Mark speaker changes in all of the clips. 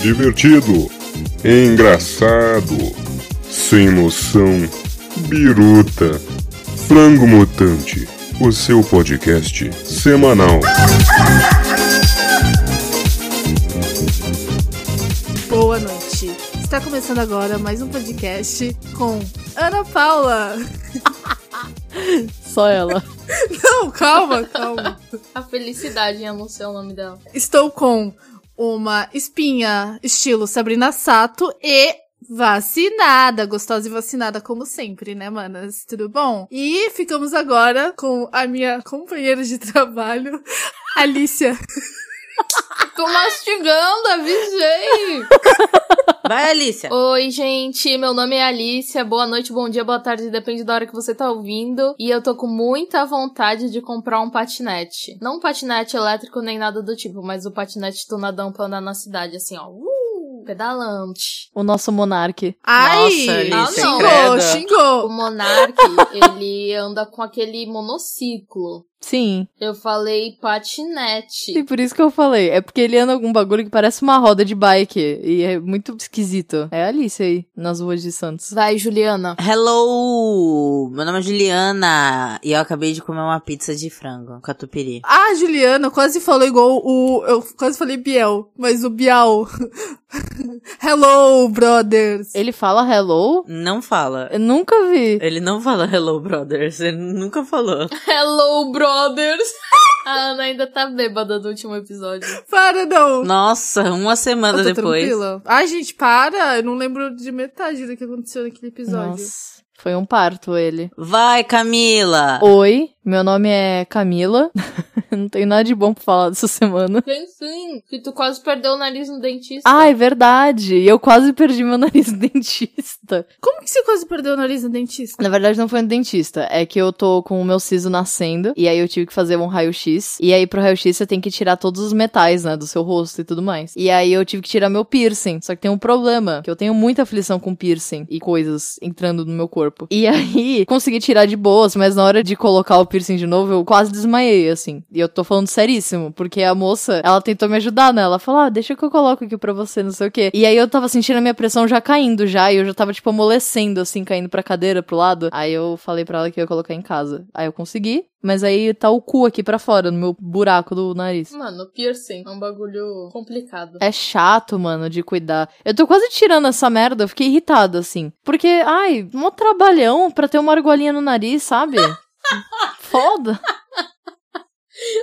Speaker 1: divertido, engraçado, sem noção, biruta. Frango Mutante, o seu podcast semanal.
Speaker 2: Boa noite. Está começando agora mais um podcast com Ana Paula.
Speaker 3: Só ela.
Speaker 2: Não, calma, calma.
Speaker 4: A felicidade em anunciar o nome dela.
Speaker 2: Estou com uma espinha estilo Sabrina Sato e vacinada, gostosa e vacinada como sempre, né, manas? Tudo bom? E ficamos agora com a minha companheira de trabalho, Alicia.
Speaker 4: Tô mastigando, avisei!
Speaker 3: Vai, Alicia.
Speaker 4: Oi, gente, meu nome é Alicia. Boa noite, bom dia, boa tarde, depende da hora que você tá ouvindo. E eu tô com muita vontade de comprar um patinete. Não um patinete elétrico nem nada do tipo, mas o patinete tunadão pra andar na cidade, assim, ó. Uh, pedalante.
Speaker 3: O nosso monarque.
Speaker 2: Ai,
Speaker 5: Nossa, Alicia,
Speaker 4: não,
Speaker 2: xingou,
Speaker 5: credo.
Speaker 4: O
Speaker 2: xingou.
Speaker 4: Monark, ele anda com aquele monociclo.
Speaker 3: Sim.
Speaker 4: Eu falei patinete.
Speaker 3: E por isso que eu falei. É porque ele anda com um bagulho que parece uma roda de bike. E é muito esquisito. É a Alice aí, nas ruas de Santos.
Speaker 4: Vai, Juliana.
Speaker 5: Hello! Meu nome é Juliana e eu acabei de comer uma pizza de frango com catupiry.
Speaker 2: Ah, Juliana, quase falou igual o. Eu quase falei Biel, mas o Bial. Hello, brothers.
Speaker 3: Ele fala hello?
Speaker 5: Não fala.
Speaker 3: Eu nunca vi.
Speaker 5: Ele não fala hello, brothers. Ele nunca falou.
Speaker 4: Hello, brothers! A Ana ainda tá bêbada do último episódio.
Speaker 2: Para, não.
Speaker 5: Nossa, uma semana
Speaker 2: Eu tô
Speaker 5: depois.
Speaker 2: tranquila. Ai, gente, para. Eu não lembro de metade do que aconteceu naquele episódio.
Speaker 3: Nossa. Foi um parto ele.
Speaker 5: Vai, Camila!
Speaker 3: Oi, meu nome é Camila. Não tem nada de bom pra falar dessa semana.
Speaker 4: Sim, sim, que tu quase perdeu o nariz no dentista.
Speaker 3: Ah, é verdade. Eu quase perdi meu nariz no dentista.
Speaker 2: Como que você quase perdeu o nariz no dentista?
Speaker 3: Na verdade, não foi no dentista. É que eu tô com o meu siso nascendo. E aí eu tive que fazer um raio-x. E aí, pro raio-x, você tem que tirar todos os metais, né? Do seu rosto e tudo mais. E aí eu tive que tirar meu piercing. Só que tem um problema. Que eu tenho muita aflição com piercing e coisas entrando no meu corpo. E aí, consegui tirar de boas, mas na hora de colocar o piercing de novo, eu quase desmaiei, assim. E eu tô falando seríssimo. Porque a moça, ela tentou me ajudar, né? Ela falou: ah, deixa que eu coloco aqui pra você, não sei o quê. E aí eu tava sentindo a minha pressão já caindo já. E eu já tava, tipo, amolecendo, assim, caindo pra cadeira, pro lado. Aí eu falei pra ela que eu ia colocar em casa. Aí eu consegui. Mas aí tá o cu aqui pra fora, no meu buraco do nariz.
Speaker 4: Mano, piercing é um bagulho complicado.
Speaker 3: É chato, mano, de cuidar. Eu tô quase tirando essa merda, eu fiquei irritada, assim. Porque, ai, mó trabalhão pra ter uma argolinha no nariz, sabe? Foda.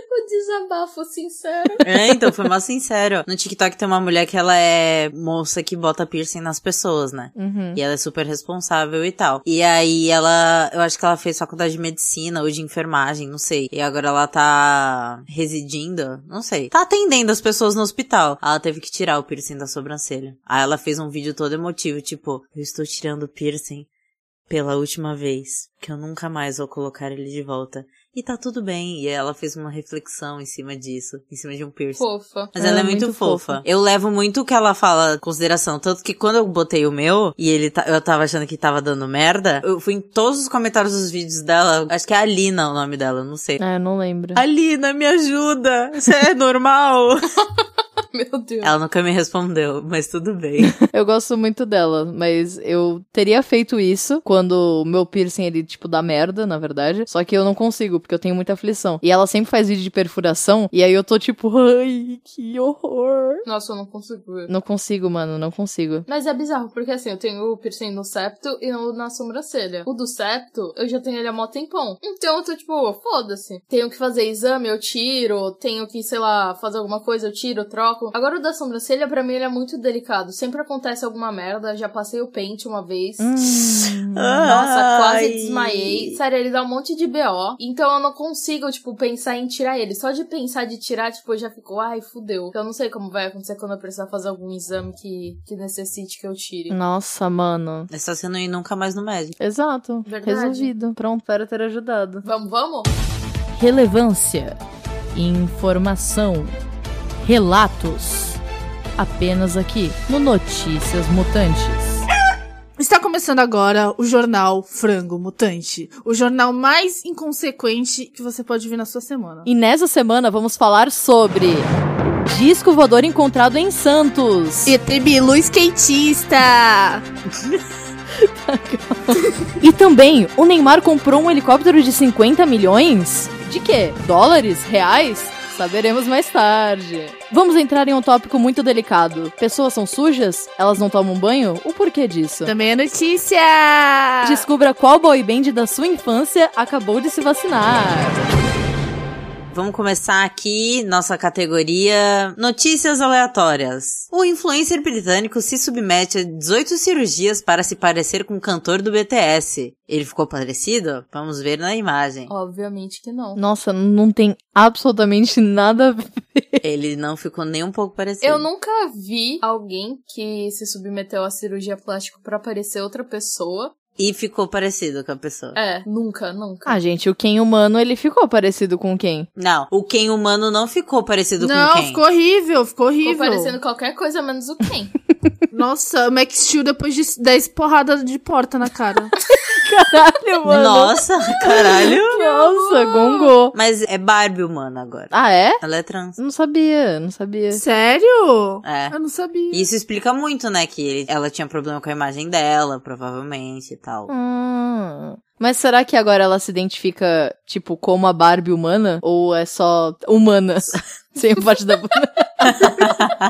Speaker 4: O desabafo sincero.
Speaker 5: É, então, foi mal sincero. No TikTok tem uma mulher que ela é moça que bota piercing nas pessoas, né?
Speaker 3: Uhum.
Speaker 5: E ela é super responsável e tal. E aí ela, eu acho que ela fez faculdade de medicina ou de enfermagem, não sei. E agora ela tá residindo, não sei. Tá atendendo as pessoas no hospital. Ela teve que tirar o piercing da sobrancelha. Aí ela fez um vídeo todo emotivo, tipo, eu estou tirando o piercing pela última vez, que eu nunca mais vou colocar ele de volta. E tá tudo bem. E ela fez uma reflexão em cima disso, em cima de um piercing.
Speaker 4: Fofa.
Speaker 5: Mas ela é muito, fofa. Eu levo muito o que ela fala em consideração. Tanto que quando eu botei o meu e ele ta- eu tava achando que tava dando merda, eu fui em todos os comentários dos vídeos dela. Acho que é Alina o nome dela, não sei.
Speaker 3: É, não lembro.
Speaker 4: Ah.
Speaker 5: Alina, me ajuda! Isso é normal?
Speaker 4: Meu Deus.
Speaker 5: ela nunca me respondeu, mas tudo bem.
Speaker 3: Eu gosto muito dela, mas eu teria feito isso quando o meu piercing ele tipo dá merda, na verdade. Só que eu não consigo, porque eu tenho muita aflição. E ela sempre faz vídeo de perfuração, e aí eu tô tipo, ai, que horror.
Speaker 4: Nossa, eu não consigo ver.
Speaker 3: Não consigo, mano, não consigo.
Speaker 4: Mas é bizarro, porque assim, eu tenho o piercing no septo e no na sobrancelha. O do septo, eu já tenho ele há mó tempão. Então eu tô tipo, "Oh, foda-se. Tenho que fazer exame, eu tiro. Tenho que, sei lá, fazer alguma coisa, eu tiro, troco. Agora o da sobrancelha, pra mim, ele é muito delicado. Sempre acontece alguma merda. Já passei o pente uma vez. Nossa, quase
Speaker 5: Ai.
Speaker 4: desmaiei. Sério, ele dá um monte de BO. Então eu não consigo, tipo, pensar em tirar ele. Só de pensar de tirar, tipo, eu já ficou, ai, fudeu. Eu não sei como vai acontecer quando eu precisar fazer algum exame que, que necessite que eu tire.
Speaker 3: Nossa, mano.
Speaker 5: É só você não ir nunca mais no médico.
Speaker 3: Exato.
Speaker 4: Verdade.
Speaker 3: Resolvido. Pronto, espero ter ajudado.
Speaker 4: Vamos, vamos?
Speaker 6: relevância, informação, relatos. Apenas aqui no Notícias Mutantes.
Speaker 2: Está começando agora o jornal Frango Mutante. O jornal mais inconsequente que você pode ver na sua semana.
Speaker 3: E nessa semana vamos falar sobre Disco voador encontrado em Santos.
Speaker 2: ETB, luz quentista.
Speaker 3: E também, o Neymar comprou um helicóptero de 50 milhões? De quê? Dólares? Reais? Saberemos mais tarde. Vamos entrar em um tópico muito delicado. Pessoas são sujas? Elas não tomam banho? O porquê disso?
Speaker 2: Também é notícia.
Speaker 3: Ah. Descubra qual boy band da sua infância acabou de se vacinar.
Speaker 5: Vamos começar aqui nossa categoria Notícias Aleatórias. O influencer britânico se submete a 18 cirurgias para se parecer com o cantor do BTS. Ele ficou parecido? Vamos ver na imagem.
Speaker 4: Obviamente que não.
Speaker 3: Nossa, não tem absolutamente nada a ver.
Speaker 5: Ele não ficou nem um pouco parecido.
Speaker 4: Eu nunca vi alguém que se submeteu à cirurgia plástica pra parecer outra pessoa.
Speaker 5: E ficou parecido com a pessoa.
Speaker 4: É, nunca, nunca.
Speaker 3: Ah, gente, o Ken humano, ele ficou parecido com quem?
Speaker 5: Não, o Ken humano não ficou parecido
Speaker 2: Não,
Speaker 5: com o Ken.
Speaker 2: ficou horrível, ficou horrível.
Speaker 4: Ficou parecendo qualquer coisa menos o Ken.
Speaker 2: Nossa, o Max Steel depois de 10 porradas de porta na cara.
Speaker 3: Caralho, mano.
Speaker 5: Nossa, caralho.
Speaker 3: Nossa, gongô.
Speaker 5: Mas é Barbie humana agora.
Speaker 3: Ah, é?
Speaker 5: Ela é trans.
Speaker 3: Não sabia, não sabia.
Speaker 2: Sério?
Speaker 5: É.
Speaker 2: Eu não sabia.
Speaker 5: E Isso explica muito, né? Que ele- ela tinha problema com a imagem dela, provavelmente e tal.
Speaker 3: Ah, Mas será que agora ela se identifica, tipo, como a Barbie humana? Ou é só humana? Sem a parte da bunda.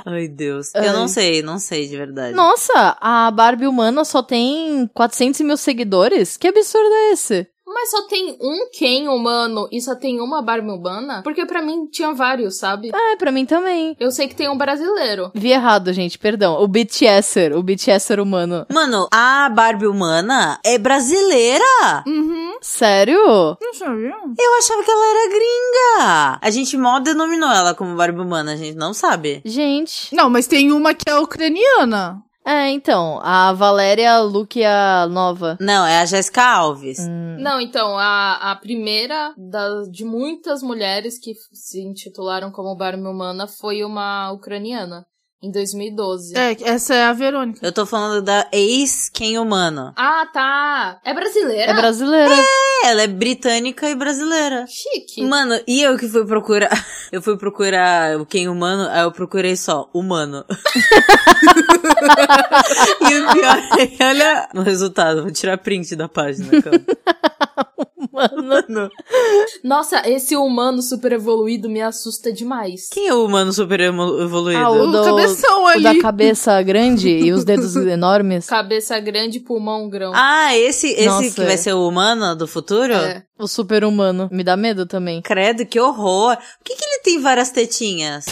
Speaker 5: Ai, Deus. Eu não sei, não sei de verdade.
Speaker 3: Nossa, a Barbie humana só tem 400 mil seguidores? Que absurdo é esse?
Speaker 4: Mas só tem um Ken humano e só tem uma Barbie humana? Porque pra mim tinha vários, sabe?
Speaker 3: É, pra mim também.
Speaker 4: Eu sei que tem um brasileiro.
Speaker 3: Vi errado, gente, perdão. O BTSer, o BTSer humano.
Speaker 5: Mano, a Barbie humana é brasileira?
Speaker 2: Uhum.
Speaker 3: Sério?
Speaker 2: Não sabia?
Speaker 5: Eu achava que ela era gringa. A gente mal denominou ela como Barbie humana, a gente não sabe.
Speaker 3: Gente.
Speaker 2: Não, mas tem uma que é ucraniana.
Speaker 3: É, então, a Valéria Luquia Nova.
Speaker 5: Não, é a Jéssica Alves.
Speaker 4: Não, então, a, a primeira das, de muitas mulheres que f- se intitularam como Barbie humana foi uma ucraniana, em 2012.
Speaker 2: É, essa é a Verônica.
Speaker 5: Eu tô falando da ex quem humano.
Speaker 4: Ah, tá! É brasileira? Ah,
Speaker 3: É brasileira.
Speaker 5: É, ela é britânica e brasileira.
Speaker 4: Chique!
Speaker 5: Mano, e eu que fui procurar. Eu fui procurar o quem humano, aí eu procurei só humano. e o pior é que olha o resultado, vou tirar print da página. calma. Humano.
Speaker 4: Nossa, esse humano super evoluído me assusta demais.
Speaker 5: Quem é o humano super emo- evoluído?
Speaker 3: Ah,
Speaker 2: O
Speaker 3: do-
Speaker 2: cabeção
Speaker 3: O
Speaker 2: ali.
Speaker 3: da cabeça grande e os dedos enormes.
Speaker 4: Cabeça grande, pulmão grão.
Speaker 5: Ah, esse, esse
Speaker 3: Nossa.
Speaker 5: que vai ser o humano do futuro?
Speaker 4: É.
Speaker 3: O super humano. Me dá medo também.
Speaker 5: Credo, que horror. Por que, que ele tem várias tetinhas?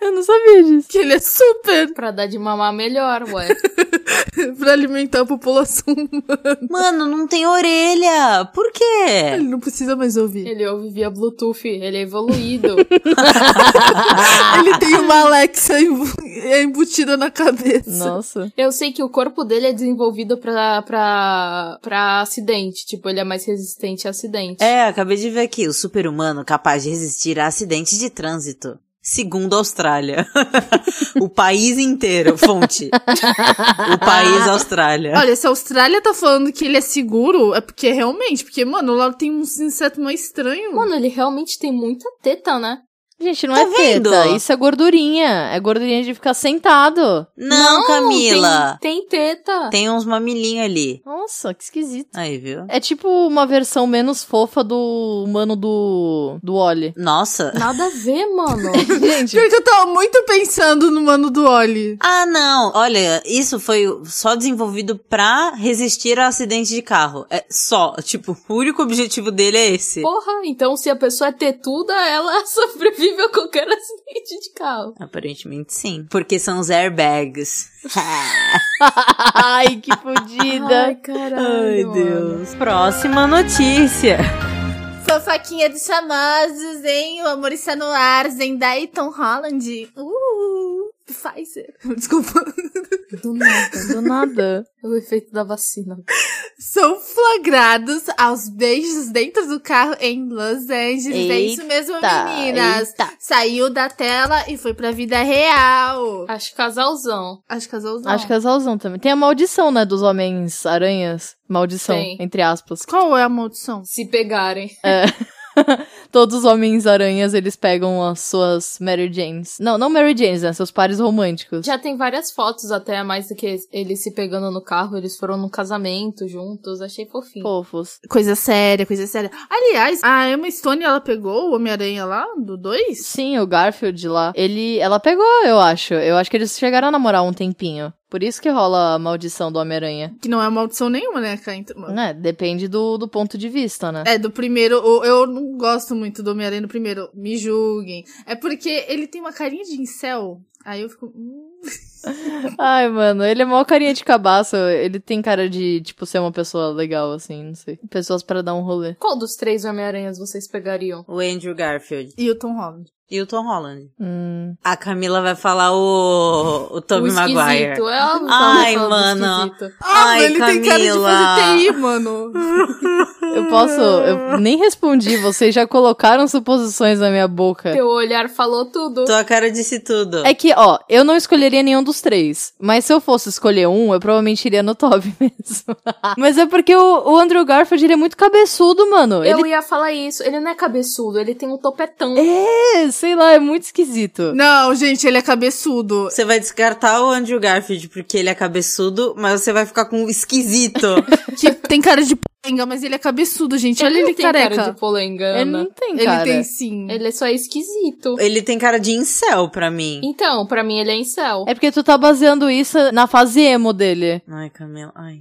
Speaker 3: Eu não sabia disso.
Speaker 2: Que ele é super
Speaker 4: Pra dar de mamar melhor, ué.
Speaker 2: pra alimentar a população.
Speaker 5: Mano, não tem orelha. Por quê?
Speaker 2: Ele não precisa mais ouvir.
Speaker 4: Ele ouve via Bluetooth, ele é evoluído.
Speaker 3: Ah.
Speaker 2: Ele tem uma Alexa embu- é embutida na cabeça.
Speaker 3: Nossa.
Speaker 4: Eu sei que o corpo dele é desenvolvido pra, pra, pra acidente. Tipo, ele é mais resistente a acidente.
Speaker 5: É, acabei de ver aqui. O super-humano capaz de resistir a acidentes de trânsito. Segundo a Austrália. o país inteiro, fonte. o país Austrália.
Speaker 2: Olha, se a Austrália tá falando que ele é seguro, é porque realmente, porque, mano, lá tem uns insetos mais estranhos.
Speaker 4: Mano, ele realmente tem muita teta, né?
Speaker 3: Gente, não
Speaker 5: Tá
Speaker 3: é teta.
Speaker 5: vendo?
Speaker 3: Isso é gordurinha. É gordurinha de ficar sentado.
Speaker 5: Não, Camila.
Speaker 4: Tem, tem teta.
Speaker 5: Tem... uns mamilinhos ali.
Speaker 3: Nossa, que esquisito.
Speaker 5: Aí, viu?
Speaker 3: É tipo uma versão menos fofa do humano do, do Oli.
Speaker 5: Nossa.
Speaker 4: Nada a ver, mano.
Speaker 3: Gente,
Speaker 2: Pior que eu tava muito pensando no mano do Oli.
Speaker 5: Ah, não. Olha, isso foi só desenvolvido pra resistir a acidente de carro. É só. Tipo, o único objetivo dele é esse.
Speaker 4: Porra, então se a pessoa é tetuda, ela sobrevive a qualquer acidente de carro.
Speaker 5: Aparentemente sim. Porque são os airbags.
Speaker 3: ai, que fodida.
Speaker 4: Ai, caralho. mano.
Speaker 5: Próxima notícia.
Speaker 2: Fofoquinha dos famosos, hein? O amor está no ar, Zendaya e Tom Holland. Uh, Pfizer. Desculpa.
Speaker 4: Do nada. É
Speaker 3: Do nada.
Speaker 4: O efeito da vacina.
Speaker 2: São flagrados aos beijos dentro do carro em Los Angeles. É isso mesmo,
Speaker 3: Tá,
Speaker 2: meninas.
Speaker 3: eita.
Speaker 2: Saiu da tela e foi pra vida real.
Speaker 4: Acho casalzão.
Speaker 2: Acho que as outras não.
Speaker 3: Acho que é Zalzão também. Tem a maldição, né, dos homens-aranhas. Maldição,
Speaker 4: Tem.
Speaker 3: entre aspas.
Speaker 2: Qual é a maldição?
Speaker 4: Se pegarem.
Speaker 3: Todos os Homens-Aranhas, eles pegam as suas Mary Janes. Não, não Mary Janes, né? Seus pares românticos.
Speaker 4: Já tem várias fotos até, mais do que eles se pegando no carro, eles foram num casamento juntos, achei fofinho.
Speaker 3: Fofos.
Speaker 2: Coisa séria, coisa séria. Aliás, a Emma Stone, ela pegou o Homem-Aranha lá, do 2?
Speaker 3: Sim, o Garfield lá. Ele. Ela pegou, eu acho. Eu acho que eles chegaram a namorar um tempinho. Por isso que rola a maldição do Homem-Aranha.
Speaker 2: Que não é maldição nenhuma, né, Kai? Então,
Speaker 3: Né? Depende do, do ponto de vista, né?
Speaker 2: É, do primeiro, o- eu não gosto muito do Homem-Aranha no primeiro, me julguem. É porque ele tem uma carinha de incel, aí eu fico... hum.
Speaker 3: Ai, mano, ele é mó carinha de cabaço. Ele tem cara de, tipo, ser uma pessoa legal, assim, não sei. Pessoas pra dar um rolê.
Speaker 4: Qual dos três Homem-Aranhas vocês pegariam?
Speaker 5: O Andrew Garfield
Speaker 2: E o Tom Holland.
Speaker 5: e o Tom Holland.
Speaker 3: Hum.
Speaker 5: A Camila vai falar o, o Tobey
Speaker 4: o
Speaker 5: Maguire.
Speaker 4: esquisito. É, óbvio que
Speaker 5: Ai,
Speaker 4: ela fala do
Speaker 5: mano.
Speaker 4: esquisito.
Speaker 2: Ah,
Speaker 5: Ai,
Speaker 2: ele tem cara de
Speaker 5: Camila.
Speaker 2: fazer TI, mano.
Speaker 3: Eu posso. Eu nem respondi, vocês já colocaram suposições na minha boca.
Speaker 4: Teu olhar falou tudo.
Speaker 5: Tua cara disse tudo.
Speaker 3: É que, ó, eu não escolheria nenhum dos três. Mas se eu fosse escolher um, eu provavelmente iria no Toby mesmo. mas é porque o, o Andrew Garfield, ele é muito cabeçudo, mano.
Speaker 4: Eu
Speaker 3: Ele
Speaker 4: ia falar isso. Ele não é cabeçudo, ele tem um topetão.
Speaker 3: é, sei lá, é muito esquisito.
Speaker 2: Não, gente, ele é cabeçudo.
Speaker 5: Você vai descartar o Andrew Garfield porque ele é cabeçudo, mas você vai ficar com um esquisito.
Speaker 2: Que tem cara de penga, mas ele é cabeçudo, gente. Olha
Speaker 4: não
Speaker 5: é
Speaker 2: ele
Speaker 4: tem
Speaker 2: careca.
Speaker 4: cara de polengana.
Speaker 3: Ele não tem,
Speaker 2: Ele
Speaker 3: cara.
Speaker 2: tem sim.
Speaker 4: Ele só é esquisito.
Speaker 5: ele tem cara de incel pra mim.
Speaker 4: Então, pra mim ele é incel.
Speaker 3: É porque tu tá baseando isso na fase emo dele.
Speaker 5: Ai, Camila, ai.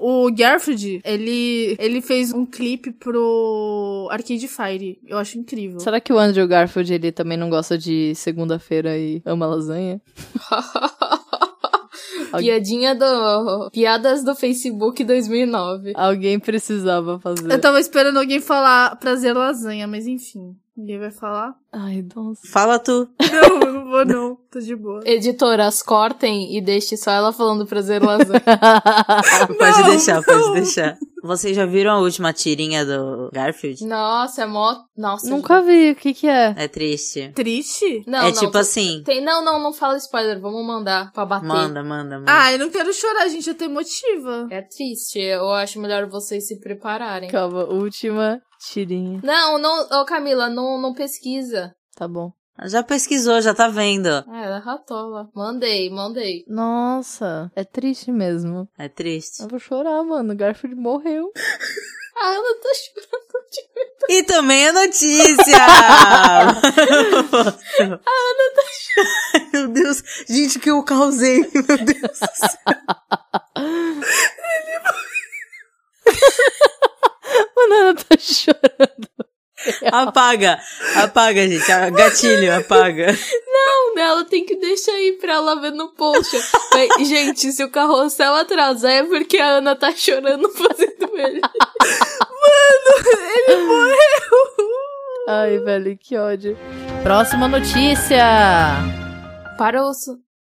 Speaker 2: O Garfield, ele, ele fez um clipe pro Arcade Fire. Eu acho incrível.
Speaker 3: Será que o Andrew Garfield, ele também não gosta de segunda-feira e ama lasanha?
Speaker 5: É,
Speaker 4: Piadinha do... Piadas do Facebook 2009.
Speaker 3: Alguém precisava fazer.
Speaker 2: Eu tava esperando alguém falar prazer lasanha, mas enfim. Ninguém vai falar?
Speaker 3: Ai, nossa.
Speaker 5: Fala tu.
Speaker 2: Não, eu não vou não. Tô de boa.
Speaker 4: Editoras, cortem e deixe só ela falando prazer lasanha.
Speaker 5: Ah, Pode deixar, pode deixar. Vocês já viram a última tirinha do Garfield?
Speaker 4: Nossa, é mó... Nossa,
Speaker 3: Nunca vi, o que que é?
Speaker 5: É triste.
Speaker 2: Triste?
Speaker 4: Não,
Speaker 5: é
Speaker 4: não,
Speaker 5: tipo
Speaker 4: tô-
Speaker 5: assim.
Speaker 4: Tem... Não, não, não fala spoiler. Vamos mandar pra bater.
Speaker 5: Manda, manda, manda.
Speaker 2: Ah, eu não quero chorar, gente. Eu tô emotiva.
Speaker 4: É triste. Eu acho melhor vocês se prepararem.
Speaker 3: Calma, última tirinha.
Speaker 4: Não, não... Ô, Camila, não, não pesquisa.
Speaker 3: Tá bom.
Speaker 5: Já pesquisou, já tá vendo.
Speaker 4: Ah, ela ratola. Mandei, mandei.
Speaker 3: Nossa, é triste mesmo.
Speaker 5: É triste.
Speaker 3: Eu vou chorar, mano. O Garfield morreu.
Speaker 4: Ah, eu não tô chorando de
Speaker 5: E também é a
Speaker 4: Ah,
Speaker 5: notícia!
Speaker 4: tá-
Speaker 5: Meu Deus, gente, o que eu causei, meu Deus.
Speaker 3: Mano, ela tá chorando.
Speaker 5: Apaga, apaga, gente. Gatilho, apaga.
Speaker 4: Ela tem que deixar aí pra ela ver no post. Mas, gente, se o carrossel atrasar é porque a Ana tá chorando fazendo ele.
Speaker 3: Ai, velho, que ódio. Próxima notícia.
Speaker 4: Para os.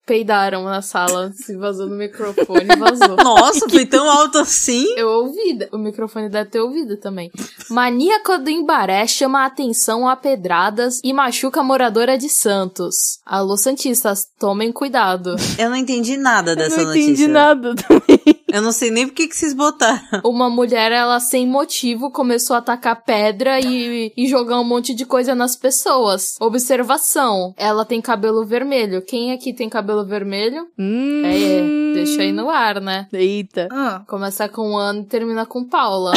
Speaker 4: Peidaram na sala, se vazou no microfone, vazou.
Speaker 5: Nossa, foi tão alto assim?
Speaker 4: Eu ouvi, o microfone deve ter ouvido também. Maníaco do Imbaré chama a atenção a pedradas e machuca a moradora de Santos. Alô, Santistas, tomem cuidado.
Speaker 5: Eu não entendi nada dessa
Speaker 3: não
Speaker 5: notícia.
Speaker 3: entendi nada também.
Speaker 5: Eu não sei nem por que que vocês botaram.
Speaker 4: Uma mulher, ela sem motivo, começou a atacar pedra e, e jogar um monte de coisa nas pessoas. Observação: ela tem cabelo vermelho. Quem aqui tem cabelo vermelho?
Speaker 3: Hum.
Speaker 4: É, deixa aí no ar, né?
Speaker 3: Eita.
Speaker 2: Ah,
Speaker 4: Começa com Ana e termina com Paula.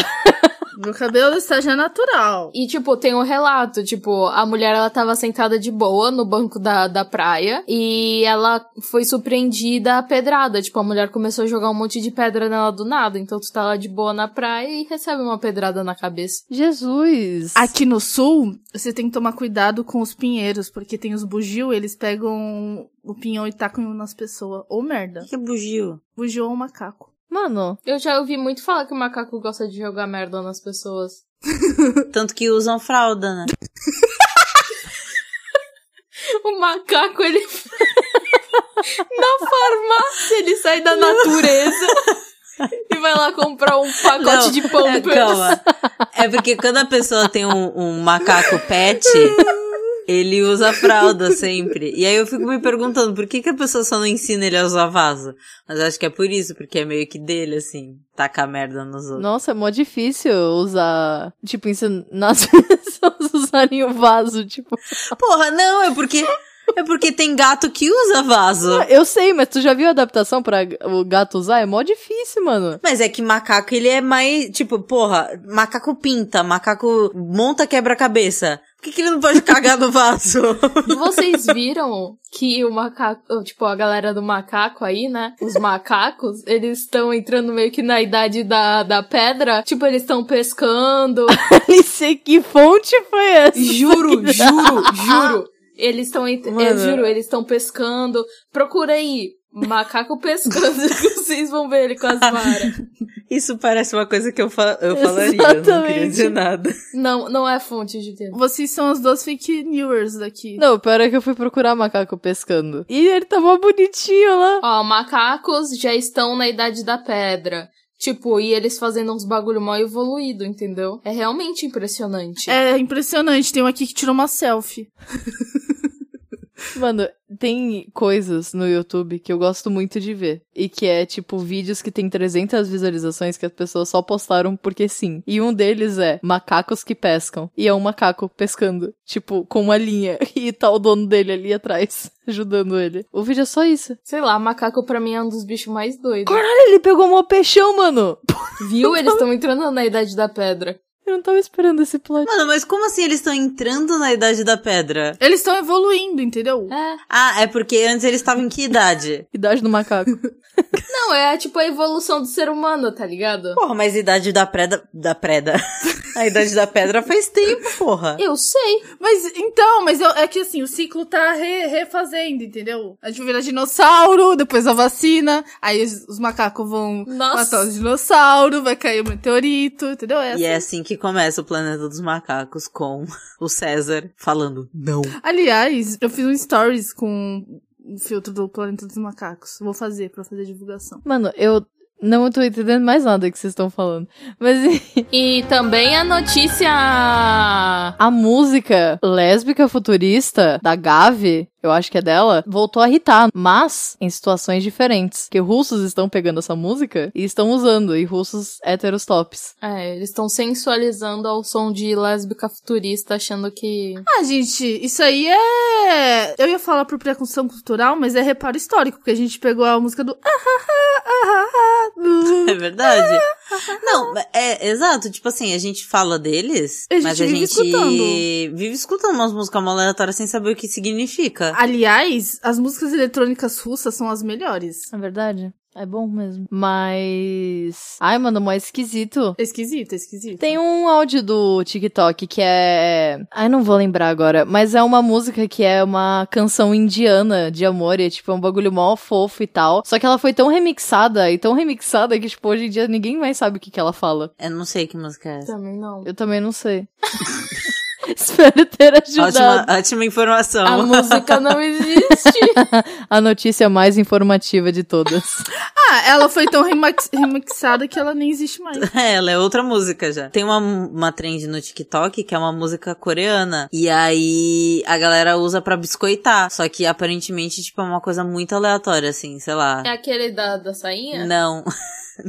Speaker 2: meu cabelo está já natural.
Speaker 4: E, tipo, tem um relato, tipo, a mulher, ela tava sentada de boa no banco da, da praia e ela foi surpreendida a pedrada. Tipo, a mulher começou a jogar um monte de pedra nela do nada. Então, tu tá lá de boa na praia e recebe uma pedrada na cabeça.
Speaker 3: Jesus.
Speaker 2: Aqui no sul, você tem que tomar cuidado com os pinheiros, porque tem os bugio, eles pegam o pinhão e tacam nas pessoas. Ou merda.
Speaker 5: Que é bugio?
Speaker 2: Bugio ou macaco.
Speaker 3: Mano,
Speaker 4: Eu já ouvi muito falar que o macaco gosta de jogar merda nas pessoas.
Speaker 5: Tanto que usam fralda, né?
Speaker 4: O macaco, ele. na farmácia, ele sai da natureza e vai lá comprar um pacote
Speaker 5: Não,
Speaker 4: de pão
Speaker 5: é,
Speaker 4: pra
Speaker 5: calma. É porque quando a pessoa tem um, um macaco pet, Ele usa fralda sempre. E aí eu fico me perguntando por que, que a pessoa só não ensina ele a usar vaso. Mas acho que é por isso, porque é meio que dele, assim, tacar merda nos outros.
Speaker 3: Nossa, é mó difícil usar. Tipo, ensinar as pessoas a usarem o vaso. Tipo,
Speaker 5: Porra, não, é porque. É porque tem gato que usa vaso.
Speaker 3: eu sei, mas tu já viu a adaptação pra o gato usar? É mó difícil, mano.
Speaker 5: Mas é que macaco, ele é mais. Tipo, porra, macaco pinta, macaco monta quebra-cabeça. Por que, que ele não pode cagar no vaso?
Speaker 4: Vocês viram que o macaco, tipo, a galera do macaco aí, né? Os macacos, eles estão entrando meio que na idade da, da pedra. Tipo, eles estão pescando.
Speaker 3: Nem sei que fonte foi essa.
Speaker 4: Juro, juro, juro. Eles estão, ent- eu
Speaker 5: Mano.
Speaker 4: juro, eles estão pescando. Procura aí, macaco pescando, que vocês vão ver ele com as varas.
Speaker 5: Isso parece uma coisa que eu, fa- eu falaria, eu não queria
Speaker 3: Exatamente.
Speaker 5: dizer nada.
Speaker 4: Não, não é fonte de tempo.
Speaker 2: Vocês são as duas fake newers daqui.
Speaker 3: Não, o pior é que eu fui procurar macaco pescando. E ele tá mó bonitinho lá.
Speaker 4: Ó, macacos já estão na idade da pedra. Tipo, e eles fazendo uns bagulho mal evoluído, entendeu? É realmente impressionante.
Speaker 2: É impressionante, tem um aqui que tirou uma selfie.
Speaker 3: Mano, tem coisas no YouTube que eu gosto muito de ver. E que é, tipo, vídeos que tem 300 visualizações que as pessoas só postaram porque sim. E um deles é macacos que pescam. E é um macaco pescando, tipo, com uma linha. E tá o dono dele ali atrás, ajudando ele. O vídeo é só isso.
Speaker 4: Sei lá, macaco pra mim é um dos bichos mais doidos.
Speaker 3: Ele pegou mó peixão, mano!
Speaker 4: Viu? Eles estão entrando na idade da pedra.
Speaker 3: Eu não tava esperando esse plot.
Speaker 5: Mano, mas como assim eles estão entrando na idade da pedra?
Speaker 2: Eles estão evoluindo, entendeu?
Speaker 4: É.
Speaker 5: Ah, é porque antes eles estavam em que idade?
Speaker 3: Idade do macaco.
Speaker 4: Não, é tipo a evolução do ser humano, tá ligado?
Speaker 5: Porra, mas a idade da preda. Da preda. A idade da pedra faz tempo, porra.
Speaker 4: Eu sei.
Speaker 2: Mas então, mas eu- é que assim, o ciclo tá re- refazendo, entendeu? A gente vira dinossauro, depois a vacina, aí os, os macacos vão
Speaker 4: Nossa.
Speaker 2: matar os dinossauros, vai cair o meteorito, entendeu? É
Speaker 5: E é
Speaker 2: assim.
Speaker 5: assim que começa o Planeta dos Macacos com o César falando não.
Speaker 2: assim. Aliás, eu fiz um stories com o filtro do Planeta dos Macacos. Vou fazer pra fazer divulgação.
Speaker 3: Mano, eu não tô entendendo mais nada que vocês estão falando. Mas
Speaker 4: E também a notícia.
Speaker 3: A música lésbica futurista da Gavi, eu acho que é dela, voltou a hitar, mas em situações diferentes. Que russos estão pegando essa música e estão usando, e russos héteros tops.
Speaker 4: É, eles estão sensualizando ao som de lésbica futurista, achando que.
Speaker 2: Ah, gente, isso aí é. Eu ia falar por preconceito cultural, mas é reparo histórico, porque a gente pegou a música do. Ah, ah, ah, ah, ah, do-
Speaker 5: É verdade? Não, é exato. Tipo assim, a gente fala deles,
Speaker 2: A gente
Speaker 5: mas a
Speaker 2: vive
Speaker 5: gente
Speaker 2: escutando.
Speaker 5: vive escutando umas músicas mal aleatórias sem saber o que significa.
Speaker 2: Aliás, as músicas eletrônicas russas são as melhores.
Speaker 3: É verdade. É bom mesmo. Mas. Ai, mano, mais esquisito.
Speaker 2: É Esquisito, é esquisito.
Speaker 3: Tem um áudio do TikTok que é. Ai, não vou lembrar agora. Mas é uma música que é uma canção indiana de amor. E é tipo é um bagulho mó fofo e tal. Só que ela foi tão remixada e tão remixada que, tipo, hoje em dia ninguém mais sabe o que, que ela fala.
Speaker 5: Eu não sei que música é essa.
Speaker 4: Também não.
Speaker 3: Eu também não sei. Espero ter ajudado.
Speaker 5: Ótima, ótima informação.
Speaker 4: A música não existe.
Speaker 3: A notícia mais informativa de todas.
Speaker 2: Ah, ela foi tão remix- remixada que ela nem existe mais.
Speaker 5: É, ela é outra música já. Tem uma, uma trend no TikTok que é uma música coreana. E aí a galera usa pra biscoitar. Só que aparentemente, tipo, é uma coisa muito aleatória, assim, sei lá.
Speaker 4: É aquele da, da sainha?
Speaker 5: Não.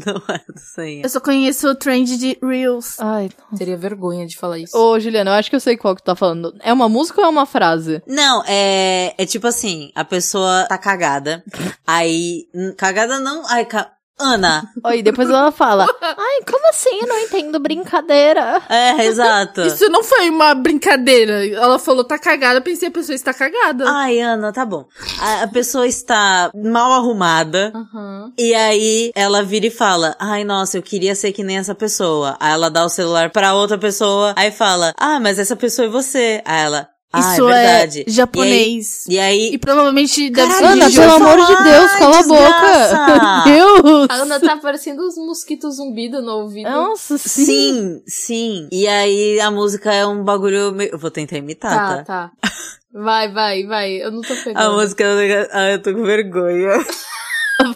Speaker 5: Não é do senha.
Speaker 2: Eu só conheço o trend de Reels.
Speaker 3: Ai.
Speaker 4: Teria vergonha de falar isso.
Speaker 3: Ô, Juliana, eu acho que eu sei qual que tu tá falando. É uma música ou é uma frase?
Speaker 5: Não, é, é tipo assim, a pessoa tá cagada. Aí, hum, cagada não, ai, ca... Ana.
Speaker 3: Aí depois ela fala: Ai, como assim? Eu não entendo brincadeira.
Speaker 5: É, exato.
Speaker 2: Ah. Isso não foi uma brincadeira. Ela falou, tá cagada. Eu pensei, a pessoa está cagada.
Speaker 5: Ai, Ana, tá bom. A, a pessoa está mal arrumada.
Speaker 4: Aham.
Speaker 5: E aí ela vira e fala: Ai, nossa, eu queria ser que nem essa pessoa. Aí ela dá o celular pra outra pessoa, aí fala: Ah, mas essa pessoa é você. Aí ela. Ah,
Speaker 2: Isso
Speaker 5: é
Speaker 2: é,
Speaker 5: verdade.
Speaker 2: japonês. E,
Speaker 5: E aí. E aí
Speaker 2: provavelmente deve
Speaker 5: Caralho,
Speaker 2: ser
Speaker 3: Ana,
Speaker 5: Deixa
Speaker 2: índio.
Speaker 5: eu
Speaker 3: pelo amor de
Speaker 5: falar,
Speaker 3: Deus, cala a
Speaker 5: desgraça.
Speaker 3: boca. Deus.
Speaker 4: A Ana tá parecendo os mosquitos zumbido no ouvido.
Speaker 3: Nossa, sim.
Speaker 5: sim, sim. E aí a música é um bagulho. Meio... Eu vou tentar imitar, tá?
Speaker 4: tá, tá. Vai, vai, vai. Eu não tô
Speaker 5: A
Speaker 4: pegando.
Speaker 5: música. Ah, eu tô com vergonha.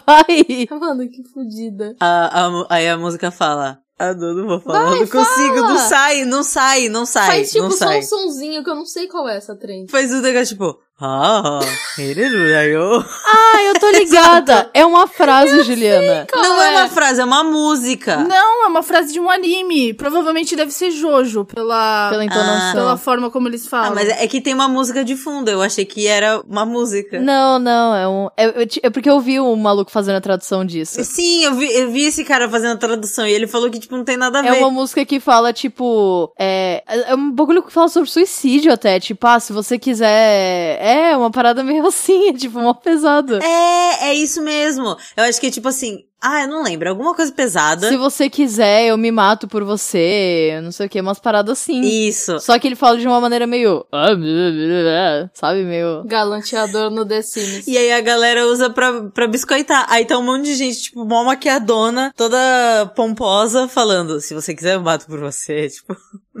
Speaker 3: Vai.
Speaker 4: Mano, Tá que fodida.
Speaker 5: A, a mu- aí a música fala. Ah, não, não vou falar.
Speaker 4: Vai,
Speaker 5: não consigo,
Speaker 4: fala!
Speaker 5: não sai, não sai, não sai.
Speaker 4: Faz tipo
Speaker 5: não
Speaker 4: só
Speaker 5: sai.
Speaker 4: um sonzinho que eu não sei qual é essa trend.
Speaker 5: Faz um negócio tipo. Ah, ele não é ganhou.
Speaker 3: Ah, eu tô ligada. é uma frase, Juliana.
Speaker 5: Não é uma frase, é uma música.
Speaker 2: Não, é uma frase de um anime. Provavelmente deve ser Jojo, pela,
Speaker 3: Pela
Speaker 2: pela,
Speaker 3: entonação.
Speaker 2: forma como eles
Speaker 5: Ah,
Speaker 2: falam.
Speaker 5: mas é que tem uma música de fundo. Eu achei que era uma música.
Speaker 3: Não, não, é um. É, é ti- é porque eu vi um maluco fazendo a tradução disso. É
Speaker 5: Sim, eu vi, eu vi esse cara fazendo a tradução e ele falou que, tipo, não tem nada a ver.
Speaker 3: É uma música que fala, tipo. É, é um bagulho que fala sobre suicídio até. Tipo, ah, se você quiser. É, uma parada meio assim, é tipo, mó pesado.
Speaker 5: É, é isso mesmo. Eu acho que é tipo assim. Ah, eu não lembro. Alguma coisa pesada.
Speaker 3: Se você quiser, eu me mato por você. Não sei o que, umas paradas assim.
Speaker 5: Isso.
Speaker 3: Só que ele fala de uma maneira meio. "Ah, blá, blá, blá", Sabe, meio.
Speaker 4: Galanteador no The Sims.
Speaker 5: E aí a galera usa pra, pra biscoitar. Aí tá um monte de gente, tipo, mó maquiadona, toda pomposa, falando: se você quiser, eu mato por você. Tipo,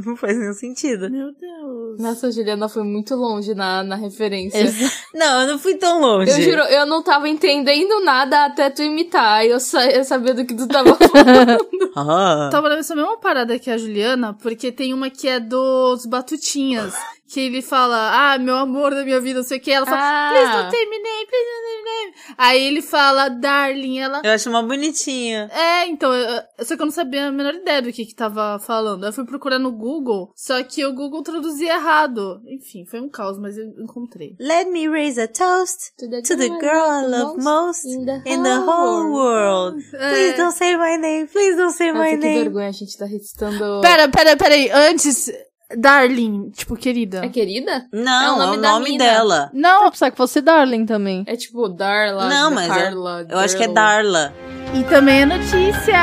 Speaker 5: não faz nenhum sentido.
Speaker 2: Meu Deus.
Speaker 4: Nossa, a Juliana foi muito longe na, na referência.
Speaker 3: Exa-
Speaker 5: Não, eu não fui tão longe.
Speaker 4: Eu juro, eu não tava entendendo nada até tu imitar. Eu, sa eu sabia do que tu tava falando.
Speaker 5: Ah.
Speaker 2: Tava na mesma mesma parada que a Juliana, porque tem uma que é dos Batutinhas. Que ele fala, ah, meu amor da minha vida, não sei o que. Ela fala, please don't take me name, please don't take me name. Aí ele fala, darling, ela...
Speaker 5: Eu acho uma bonitinha.
Speaker 2: É, então, eu- eu- só que eu não sabia a menor ideia do que que tava falando. Eu fui procurar no Google, só que o Google traduzia errado. Enfim, foi um caos, mas eu encontrei.
Speaker 5: Let me raise a toast to the girl I love most
Speaker 4: in the,
Speaker 5: in the whole world. Please don't say my name, please don't say
Speaker 4: Nossa,
Speaker 5: my
Speaker 4: É. que
Speaker 5: name.
Speaker 4: vergonha, a gente tá recitando...
Speaker 2: Pera, pera, pera aí. Antes, darling, tipo, querida.
Speaker 4: É querida?
Speaker 5: Não, é o nome,
Speaker 4: da mina.
Speaker 5: dela.
Speaker 2: Não,
Speaker 3: Dá pra pensar que fosse Darling também.
Speaker 4: É tipo Darla,
Speaker 5: Não, mas eu-
Speaker 4: Carla,
Speaker 5: Eu acho que é
Speaker 4: Darla.
Speaker 5: Darla.
Speaker 2: e também é notícia!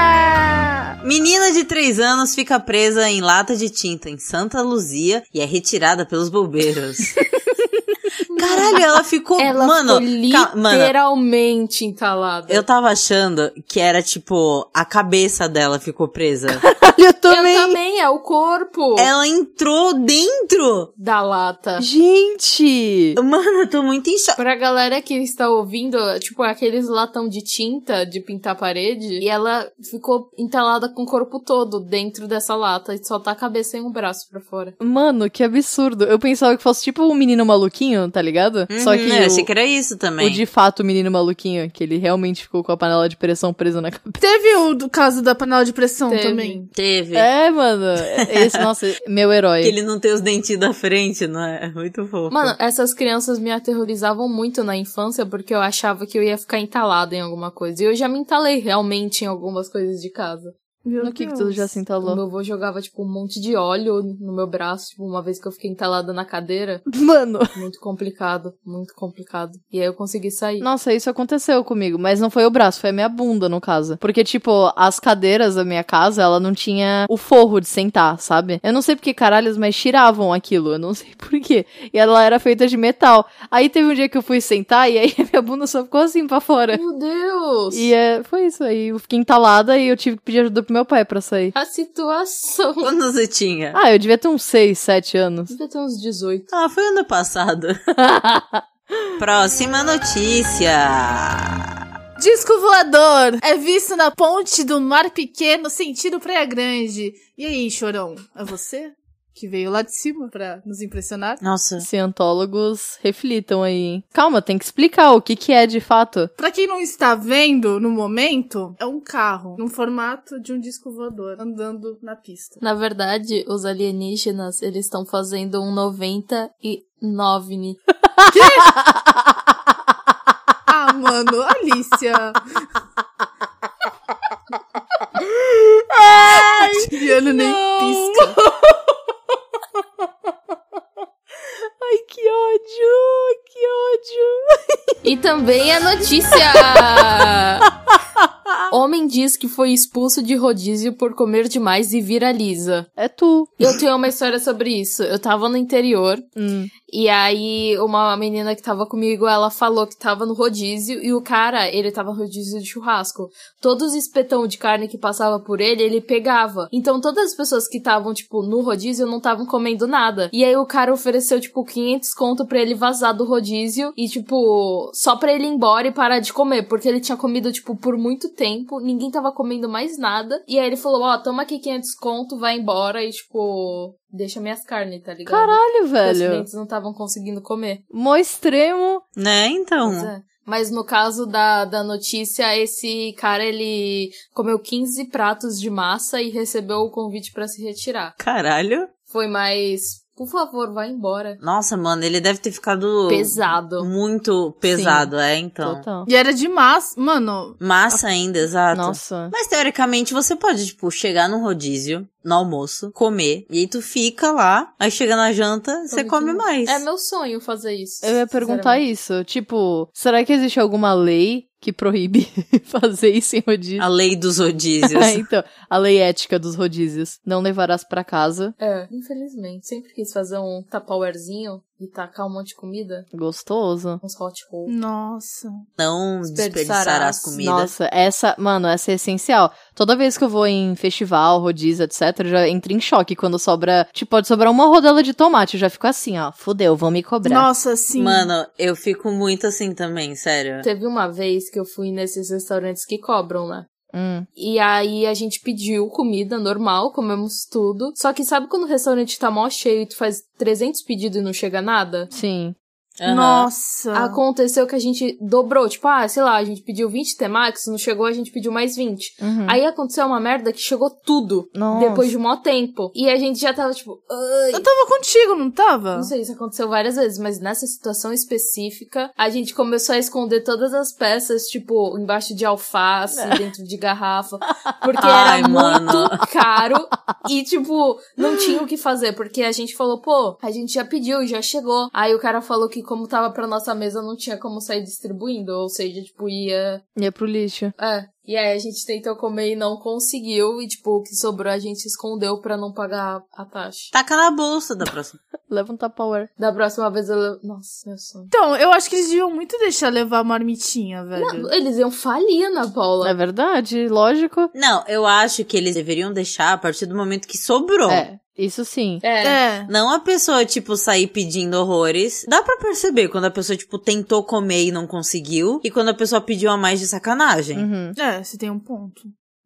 Speaker 5: Menina de 3 anos fica presa em lata de tinta em Santa Luzia e é retirada pelos bombeiros. Caralho, ela ficou.
Speaker 4: Ela
Speaker 5: Tipo, mano,
Speaker 4: ficou
Speaker 5: ca- mano,
Speaker 4: literalmente entalada.
Speaker 5: eu tava achando que era tipo a cabeça dela ficou presa.
Speaker 3: Eu
Speaker 4: Eu também, é o corpo
Speaker 5: ela entrou dentro.
Speaker 4: da lata.
Speaker 3: Gente!
Speaker 5: Mano, eu tô muito em choque.
Speaker 4: Pra galera que está ouvindo, tipo, aqueles latão de tinta de pintar a parede, e ela ficou entalada com o corpo todo dentro dessa lata, e só tá a cabeça e um braço pra fora.
Speaker 3: Mano, que absurdo. Eu pensava que fosse tipo um menino maluquinho, tá ligado? Só
Speaker 5: Uhum,
Speaker 3: que
Speaker 5: eu
Speaker 3: o,
Speaker 5: achei que era isso também.
Speaker 3: o de fato menino maluquinho, que ele realmente ficou com a panela de pressão presa na cabeça.
Speaker 2: Teve o do caso da panela de pressão
Speaker 4: Teve.
Speaker 2: também.
Speaker 5: Teve.
Speaker 3: É, mano. Esse, nossa, meu herói.
Speaker 5: Que ele não tem os dentinhos da frente, não é? É Muito fofo.
Speaker 4: Mano, essas crianças me aterrorizavam muito na infância porque eu achava que eu ia ficar entalada em alguma coisa. E eu já me entalei realmente em algumas coisas de casa.
Speaker 2: Meu
Speaker 3: No que que tu
Speaker 2: Deus.
Speaker 3: já se
Speaker 4: O
Speaker 3: entalou?
Speaker 4: meu avô jogava, tipo, um monte de óleo no meu braço, tipo, uma vez que eu fiquei entalada na cadeira.
Speaker 3: Mano.
Speaker 4: Muito complicado, muito complicado. E aí eu consegui sair.
Speaker 3: Nossa, isso aconteceu comigo, mas não foi o braço, foi a minha bunda, no caso. Porque, tipo, as cadeiras da minha casa, ela não tinha o forro de sentar, sabe? Eu não sei porque caralhos, mas tiravam aquilo, eu não sei porquê. E ela era feita de metal. Aí teve um dia que eu fui sentar e aí a minha bunda só ficou assim pra fora.
Speaker 4: Meu Deus!
Speaker 3: E é, foi isso aí. Eu fiquei entalada e eu tive que pedir ajuda pro meu pai pra sair.
Speaker 4: A situação.
Speaker 5: Quando você tinha?
Speaker 3: Ah, eu devia ter uns 6, 7 anos.
Speaker 4: Devia ter uns 18.
Speaker 5: Ah, foi ano passado. Próxima notícia.
Speaker 2: Disco voador é visto na ponte do Mar Pequeno, sentido Praia Grande. E aí, chorão, é você que veio lá de cima pra nos impressionar?
Speaker 5: Nossa.
Speaker 3: Cientólogos reflitam aí, hein? Calma, tem que explicar o que que é de fato.
Speaker 2: Pra quem não está vendo no momento, é um carro no formato de um disco voador andando na pista.
Speaker 4: Na verdade, os alienígenas, eles estão fazendo um 99.
Speaker 2: Ah, mano, Alicia! Juliana nem pisca.
Speaker 3: Ai, que ódio! Que ódio!
Speaker 4: E também a notícia! Homem diz que foi expulso de rodízio por comer demais e viraliza.
Speaker 3: É tu.
Speaker 4: Eu tenho uma história sobre isso. Eu tava no interior E aí, uma menina que tava comigo, ela falou que tava no rodízio e o cara, ele tava no rodízio de churrasco. Todos os espetão de carne que passava por ele, ele pegava. Então, todas as pessoas que estavam, tipo, no rodízio não estavam comendo nada. E aí, o cara ofereceu, tipo, 500 conto pra ele vazar do rodízio e, tipo, só pra ele ir embora e parar de comer, porque ele tinha comido, tipo, por muito tempo, ninguém tava comendo mais nada. E aí, ele falou: Ó, toma aqui 500 conto, vai embora e, tipo, deixa minhas carnes, tá ligado?
Speaker 3: Caralho,
Speaker 4: Porque Os
Speaker 3: velho.
Speaker 4: clientes não estavam conseguindo comer.
Speaker 3: Mó extremo.
Speaker 5: Né,
Speaker 4: Pois
Speaker 5: então.
Speaker 4: é. Mas no caso da, da notícia, esse cara, ele comeu 15 pratos de massa e recebeu o convite pra se retirar.
Speaker 5: Caralho.
Speaker 4: Foi mais, por favor, vai embora.
Speaker 5: Nossa, mano, ele deve ter ficado
Speaker 4: Pesado.
Speaker 5: muito pesado, é, então.
Speaker 3: Total.
Speaker 2: E era de massa. Mano,
Speaker 5: Massa ainda, exato.
Speaker 3: Nossa.
Speaker 5: Mas teoricamente você pode, tipo, chegar num rodízio no almoço, comer, e aí tu fica lá, aí chega na janta, você
Speaker 4: muito
Speaker 5: come
Speaker 4: bom.
Speaker 5: mais.
Speaker 4: É meu sonho fazer isso.
Speaker 3: Eu ia perguntar isso. Tipo, será que existe alguma lei que proíbe fazer isso em rodízio?
Speaker 5: A lei dos rodízios.
Speaker 3: É, então, a lei ética dos rodízios. Não levarás pra casa.
Speaker 4: É, infelizmente. Sempre quis fazer um tapauerzinho e tacar um monte de comida.
Speaker 3: Gostoso.
Speaker 4: Uns hot rolls.
Speaker 2: nossa.
Speaker 5: Não desperdiçar
Speaker 4: Desperdiçarás.
Speaker 5: as comidas.
Speaker 3: Nossa, essa, mano, essa é essencial. Toda vez que eu vou em festival, rodízio, etc, eu já entro em choque quando sobra, tipo, pode sobrar uma rodela de tomate, eu já fico assim, ó, fudeu, vão me cobrar.
Speaker 2: Nossa, sim.
Speaker 5: Mano, eu fico muito assim também, sério.
Speaker 4: Teve uma vez que eu fui nesses restaurantes que cobram, né?
Speaker 3: Hum.
Speaker 4: E aí a gente pediu comida normal, comemos tudo. Só que sabe quando o restaurante tá mó cheio e tu faz 300 pedidos e não chega nada?
Speaker 3: Sim.
Speaker 5: Aham.
Speaker 2: Nossa.
Speaker 4: Aconteceu que a gente dobrou, tipo, ah, sei lá, a gente pediu 20 temakis, não chegou, a gente pediu mais 20.
Speaker 3: Uhum.
Speaker 4: Aí aconteceu uma merda que chegou tudo.
Speaker 3: Nossa.
Speaker 4: Depois de um mó tempo. E a gente já tava tipo, ai.
Speaker 2: Eu tava contigo, não tava?
Speaker 4: Não sei, isso aconteceu várias vezes, mas nessa situação específica, a gente começou a esconder todas as peças, tipo, embaixo de alface, dentro de garrafa, porque era
Speaker 5: Ai,
Speaker 4: muito
Speaker 5: mano.
Speaker 4: caro e, tipo, não tinha o que fazer, porque a gente falou, pô, a gente já pediu, já chegou. Aí o cara falou que como tava pra nossa mesa, não tinha como sair distribuindo, ou seja, tipo, ia...
Speaker 3: Ia pro lixo.
Speaker 4: É. E aí a gente tentou comer e não conseguiu, e, tipo, o que sobrou a gente escondeu pra não pagar a taxa.
Speaker 5: Taca na bolsa da próxima.
Speaker 3: Leva um Tupperware.
Speaker 4: Da próxima vez eu... le- Nossa, meu sonho.
Speaker 2: Então, eu acho que eles deviam muito deixar levar a marmitinha, velho.
Speaker 4: Não, eles iam falir, Ana Paula.
Speaker 3: É verdade, lógico.
Speaker 5: Não, eu acho que eles deveriam deixar a partir do momento que sobrou.
Speaker 3: É, isso sim.
Speaker 4: É.
Speaker 2: É.
Speaker 5: Não a pessoa, tipo, sair pedindo horrores. Dá pra perceber quando a pessoa, tipo, tentou comer e não conseguiu. E quando a pessoa pediu a mais de sacanagem.
Speaker 3: Uhum.
Speaker 2: É, você tem um ponto.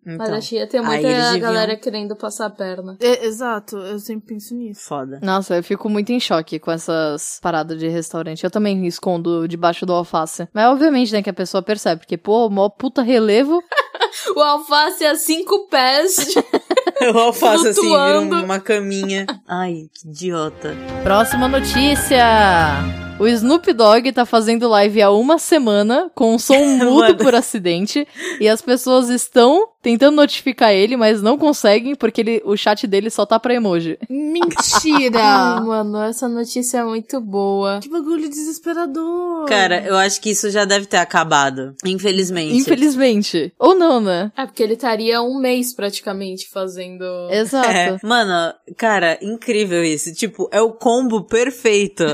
Speaker 5: Então,
Speaker 4: Mas achei ia ter
Speaker 5: Aí
Speaker 4: muita
Speaker 5: eles deviam-
Speaker 4: galera querendo passar a perna.
Speaker 2: É, exato, eu sempre penso nisso.
Speaker 5: foda.
Speaker 3: Nossa, eu fico muito em choque com essas paradas de restaurante. Eu também escondo debaixo do alface. Mas obviamente, né, que a pessoa percebe, porque, pô, mó puta relevo.
Speaker 4: O alface a cinco pés.
Speaker 5: Eu faço assim, vira
Speaker 4: Flutuando.
Speaker 5: uma caminha. Ai, que idiota.
Speaker 3: Próxima notícia! O Snoop Dogg tá fazendo live há uma semana com um som mudo
Speaker 5: Mano.
Speaker 3: por acidente e as pessoas estão tentando notificar ele, mas não conseguem porque ele, o chat dele só tá pra emoji.
Speaker 4: Ai,
Speaker 2: Mentira!
Speaker 4: Ah, mano, essa notícia é muito boa.
Speaker 2: que bagulho desesperador!
Speaker 5: Cara, eu acho que isso já deve ter acabado. Infelizmente.
Speaker 3: Infelizmente. Ou não, né?
Speaker 4: É porque ele estaria um mês praticamente fazendo.
Speaker 5: É.
Speaker 3: Exato.
Speaker 5: Mano, cara, incrível isso. Tipo, é o combo perfeito.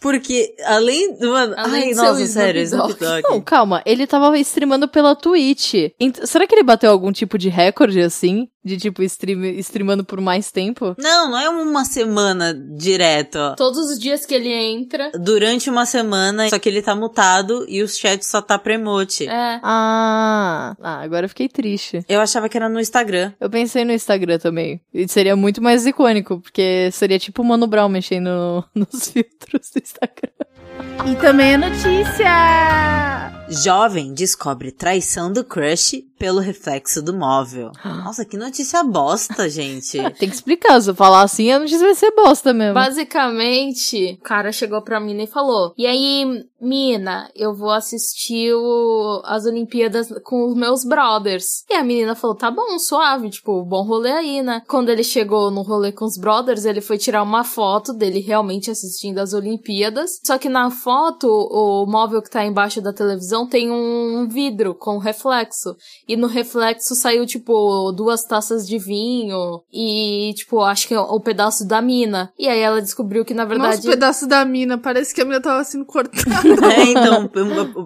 Speaker 5: Porque, além. Mano,
Speaker 4: Além
Speaker 5: ai,
Speaker 4: de ser o
Speaker 5: nossa,
Speaker 4: Snoop
Speaker 5: sério, Snoop Dogg.
Speaker 3: Não, calma, ele tava streamando pela Twitch. Ent- será que ele bateu algum tipo de recorde assim? De tipo, stream, streamando por mais tempo?
Speaker 5: Não, não é uma semana direto, ó.
Speaker 4: Todos os dias que ele entra.
Speaker 5: Durante uma semana, só que ele tá mutado e o chat só tá pra emote.
Speaker 4: É.
Speaker 3: Ah, ah, agora eu fiquei triste.
Speaker 5: Eu achava que era no Instagram.
Speaker 3: Eu pensei no Instagram também. E seria muito mais icônico, porque seria tipo o Mano Brown mexendo no- nos filtros do Instagram.
Speaker 2: E também a notícia!
Speaker 5: Jovem descobre traição do crush pelo reflexo do móvel. Nossa, que notícia bosta, gente.
Speaker 3: Tem que explicar, se eu falar assim, a notícia vai ser bosta mesmo.
Speaker 4: Basicamente, o cara chegou pra mina e falou: E aí, mina, eu vou assistir o- as Olimpíadas com os meus brothers. E a menina falou: Tá bom, suave, tipo, bom rolê aí, né? Quando ele chegou no rolê com os brothers, ele foi tirar uma foto dele realmente assistindo as Olimpíadas. Só que na foto, o móvel que tá embaixo da televisão recepção tem um vidro com reflexo. E no reflexo saiu, tipo, duas taças de vinho e, tipo, acho que é o pedaço da mina. E aí ela descobriu que, na verdade.
Speaker 2: Nossa, o pedaço da mina. Parece que a mina tava sendo cortada.
Speaker 5: É, então,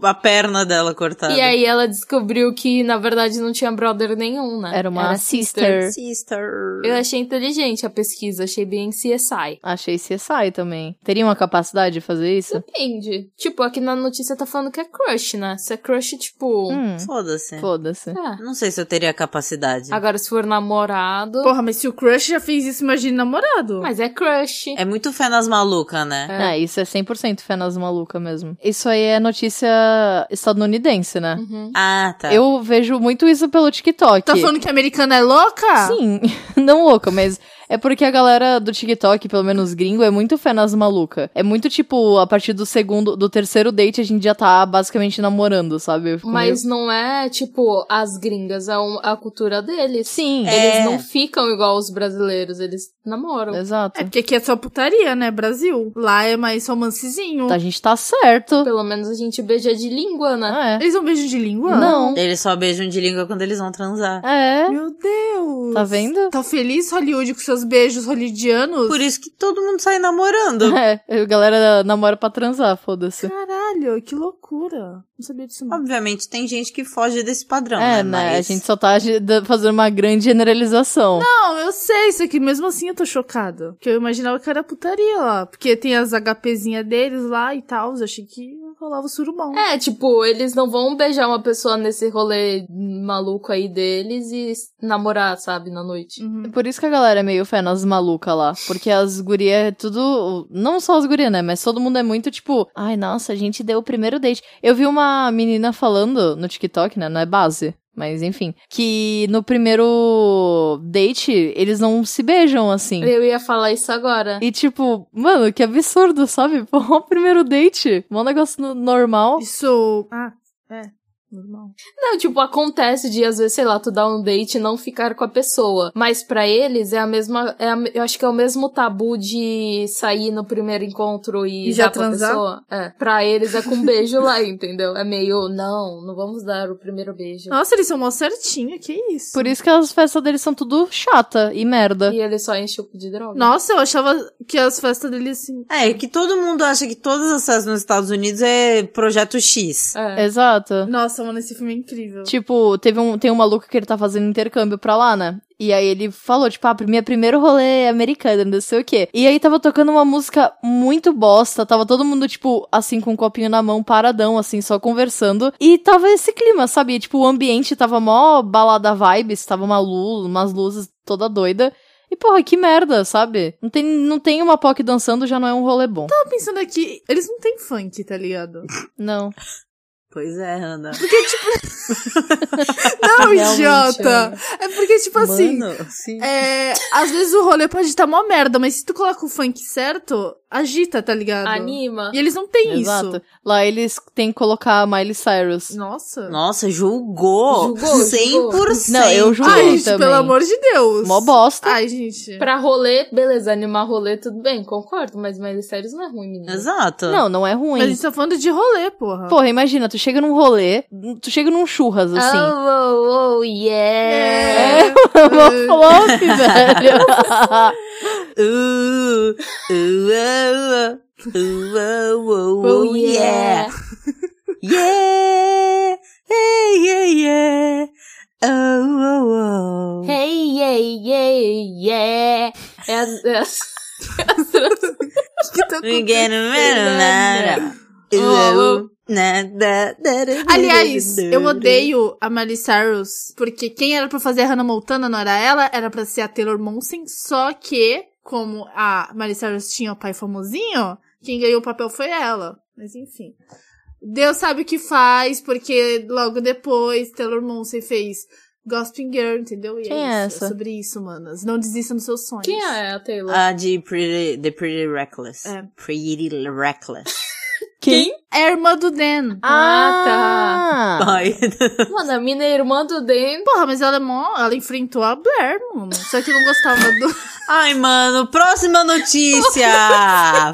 Speaker 5: a, a perna dela cortada.
Speaker 4: E aí ela descobriu que, na verdade, não tinha brother nenhum, né?
Speaker 3: Era uma sister.
Speaker 5: Sister.
Speaker 4: Eu achei inteligente a pesquisa, achei bem CSI.
Speaker 3: Achei CSI também. Teria uma capacidade de fazer isso?
Speaker 4: Depende. Tipo, aqui na notícia tá falando que é crush, né? Se é crush, tipo.
Speaker 3: Hum,
Speaker 5: Foda-se.
Speaker 3: foda-se.
Speaker 4: ah.
Speaker 5: Não sei se eu teria capacidade.
Speaker 4: Agora, se for namorado.
Speaker 2: Porra, mas se o crush já fez isso, imagina namorado.
Speaker 4: Mas é crush.
Speaker 5: É muito fé nas malucas, né?
Speaker 3: É. isso é 100% fé nas maluca mesmo. Isso aí é notícia estadunidense, né?
Speaker 4: Uhum.
Speaker 5: Ah, tá.
Speaker 3: Eu vejo muito isso pelo TikTok.
Speaker 2: Tá falando que a americana é louca?
Speaker 3: Sim, não louca, mas é porque a galera do TikTok, pelo menos gringo, é muito fé nas maluca. É muito tipo, a partir do segundo, do terceiro date, a gente já tá basicamente namorando, sabe? Eu fico meio-
Speaker 4: Mas não é, tipo, as gringas, é um- a cultura deles.
Speaker 3: Sim,
Speaker 5: É.
Speaker 4: Eles não ficam igual os brasileiros, eles namoram.
Speaker 3: exato.
Speaker 2: É porque aqui é só putaria, né? Brasil. Lá é mais romancezinho.
Speaker 3: A gente tá certo.
Speaker 4: Pelo menos a gente beija de língua, né?
Speaker 3: Ah, é.
Speaker 2: Eles não beijam de língua?
Speaker 3: Não.
Speaker 5: Eles só beijam de língua quando eles vão transar.
Speaker 3: É.
Speaker 2: Meu Deus.
Speaker 3: Tá vendo?
Speaker 2: Tá feliz, Hollywood, com seus beijos hollywoodianos?
Speaker 5: Por isso que todo mundo sai namorando.
Speaker 3: É, a galera namora pra transar, foda-se.
Speaker 2: Caralho, que loucura. Não sabia disso
Speaker 3: Ah.
Speaker 2: não.
Speaker 5: Obviamente, tem gente que foge desse padrão,
Speaker 3: É,
Speaker 5: né?
Speaker 3: né? A
Speaker 5: Mas-
Speaker 3: gente só tá ge- da- fazendo uma grande generalização.
Speaker 2: Não, eu sei isso aqui. Mesmo assim eu tô chocada. Porque eu imaginava que era putaria lá. Porque tem as HPzinha deles lá e tal. Eu achei que rolava o surumão.
Speaker 4: É, tipo, eles não vão beijar uma pessoa nesse rolê maluco aí deles e s- namorar, sabe, na noite.
Speaker 2: Uhum.
Speaker 3: Por isso que a galera é meio fé nas maluca lá. Porque as guria é tudo. Não só as guria, né? Mas todo mundo é muito tipo. Ai, nossa, a gente deu o primeiro date. Eu vi uma menina falando no TikTok, né? Não é base. Mas enfim. Que no primeiro date eles não se beijam assim.
Speaker 4: Eu ia falar isso agora.
Speaker 3: E tipo, mano, que absurdo, sabe? Pô, o primeiro date. Mó negócio no- normal.
Speaker 2: Isso. Ah, é. Normal.
Speaker 4: Não, tipo, acontece de, às vezes, sei lá, tu dar um date e não ficar com a pessoa. Mas pra eles é a mesma. É a- eu acho que é o mesmo tabu de sair no primeiro encontro e,
Speaker 2: E já
Speaker 4: dar com a
Speaker 2: transar?
Speaker 4: pessoa. É. Pra eles é com um beijo lá, entendeu? É meio, não, não vamos dar o primeiro beijo.
Speaker 2: Nossa, eles são mó certinho, que isso.
Speaker 3: Por isso que as festas deles são tudo chata e merda.
Speaker 4: E ele só enche o cu de droga.
Speaker 2: Nossa, eu achava que as festas dele assim.
Speaker 5: É, que todo mundo acha que todas as festas nos Estados Unidos é projeto X.
Speaker 4: É.
Speaker 3: Exato.
Speaker 2: Nossa, mano, esse filme é incrível.
Speaker 3: Tipo, teve um, tem um maluco que ele tá fazendo intercâmbio pra lá, né? E aí ele falou, tipo, ah, minha primeiro rolê é americano, não sei o quê. E aí tava tocando uma música muito bosta, tava todo mundo, tipo, assim, com um copinho na mão, paradão, assim, só conversando. E tava esse clima, sabe? E, tipo, o ambiente tava mó balada vibes, tava uma luz, umas luzes toda doida. E, porra, que merda, sabe? Não tem, não tem uma POC dançando, já não é um rolê bom.
Speaker 2: Tava pensando aqui, eles não têm funk, tá ligado?
Speaker 3: Não.
Speaker 5: Pois é, Ana.
Speaker 3: Tipo
Speaker 2: Não,
Speaker 4: Realmente,
Speaker 2: idiota! É porque, tipo assim,
Speaker 5: Mano, sim.
Speaker 2: é, às vezes o rolê pode estar mó merda, mas se tu coloca o funk certo, agita, tá ligado?
Speaker 4: Anima.
Speaker 2: E eles não têm
Speaker 3: Exato. Lá eles têm que colocar a Miley Cyrus.
Speaker 2: isso. Nossa.
Speaker 5: Nossa, julgou.
Speaker 4: Julgou,
Speaker 5: 100%.
Speaker 3: Não, eu julgo
Speaker 2: Ai, gente,
Speaker 3: também.
Speaker 2: pelo amor de Deus.
Speaker 3: Mó bosta.
Speaker 2: Ai, gente.
Speaker 4: Pra rolê, beleza, animar rolê, tudo bem, concordo, mas Miley Cyrus não é ruim, menina.
Speaker 5: Exato.
Speaker 3: Não, não é ruim.
Speaker 2: Mas a gente tá falando de rolê, porra.
Speaker 3: Porra, imagina, tu chega num rolê, tu chega num churras, assim.
Speaker 4: Oh, oh, oh, yeah!
Speaker 2: É.
Speaker 3: Mó flop, velho.
Speaker 5: Uh, uh, uh, uh, uh, uh, uh, uh, yeah. Yeah. Yeah, yeah, yeah. Oh, oh, oh.
Speaker 4: Hey, yeah, yeah, yeah. É as, é as,
Speaker 2: Que tá
Speaker 5: Ninguém não
Speaker 4: nada.
Speaker 5: nada.
Speaker 4: Oh,
Speaker 5: Eu nada.
Speaker 2: Aliás, eu odeio a Miley Cyrus, porque quem era pra fazer a Hannah Montana não era ela, era pra ser a Taylor Monson, só que, como a Miley Cyrus tinha o pai famosinho, quem ganhou o papel foi ela. Mas enfim. Deus sabe o que faz, porque logo depois Taylor Monson fez Gossiping Girl, entendeu? E
Speaker 3: Quem
Speaker 2: é,
Speaker 3: é
Speaker 2: isso,
Speaker 3: essa?
Speaker 2: sobre isso, manas. Não desista dos seus sonhos.
Speaker 4: quem é a Taylor?
Speaker 2: Ah.
Speaker 5: A de Pretty, The Pretty Reckless.
Speaker 2: É.
Speaker 5: Pretty Reckless.
Speaker 3: Quem?
Speaker 2: É a irmã do Dan.
Speaker 3: Ah, tá.
Speaker 5: Ai,
Speaker 4: Mano, a mina é irmã do Dan.
Speaker 2: Porra, mas ela é mó... Ela enfrentou a Blair, mano. Só que não gostava do...
Speaker 5: Ai, mano, próxima notícia!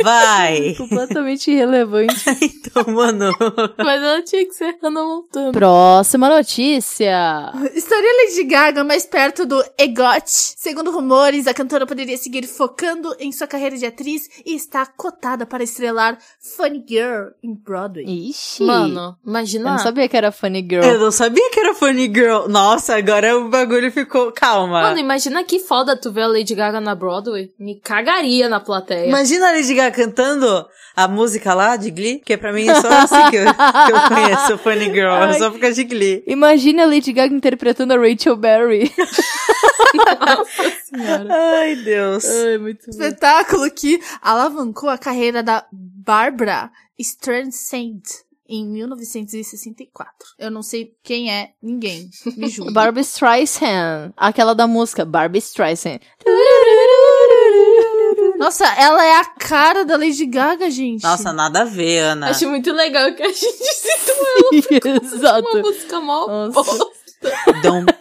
Speaker 5: Vai!
Speaker 3: Completamente irrelevante.
Speaker 5: Então, mano.
Speaker 4: Mas ela tinha que ser Hannah Montana.
Speaker 3: Próxima notícia.
Speaker 2: Estaria Lady Gaga mais perto do EGOT? Segundo rumores, a cantora poderia seguir focando em sua carreira de atriz e está cotada para estrelar Funny Girl em Broadway.
Speaker 3: Ixi.
Speaker 4: Mano,
Speaker 3: Eu
Speaker 4: imagina.
Speaker 3: não sabia que era Funny Girl.
Speaker 5: Eu não sabia que era Funny Girl. Nossa, agora o bagulho ficou. Calma.
Speaker 4: Mano, imagina que foda tu ver a Lady Gaga na Broadway. Me cagaria na plateia.
Speaker 5: Imagina a Lady Gaga cantando a música lá de Glee, que pra mim é só assim que eu, que eu conheço Funny Girl, é só por causa de Glee.
Speaker 3: Imagine a Lady Gaga interpretando a Rachel Berry.
Speaker 5: Ai, Deus.
Speaker 3: Ai, muito
Speaker 2: Espetáculo que alavancou a carreira da Barbara Streisand em 1964. Eu não sei quem é ninguém, me julga.
Speaker 3: Barbie Streisand. Aquela da música, Barbie Streisand.
Speaker 2: Nossa, ela é a cara da Lady Gaga, gente.
Speaker 5: Nossa, nada a ver, Ana.
Speaker 4: Acho muito legal que a gente citou uma
Speaker 3: Exato.
Speaker 4: música mó
Speaker 3: Nossa.
Speaker 4: boa.
Speaker 5: Don't tell me.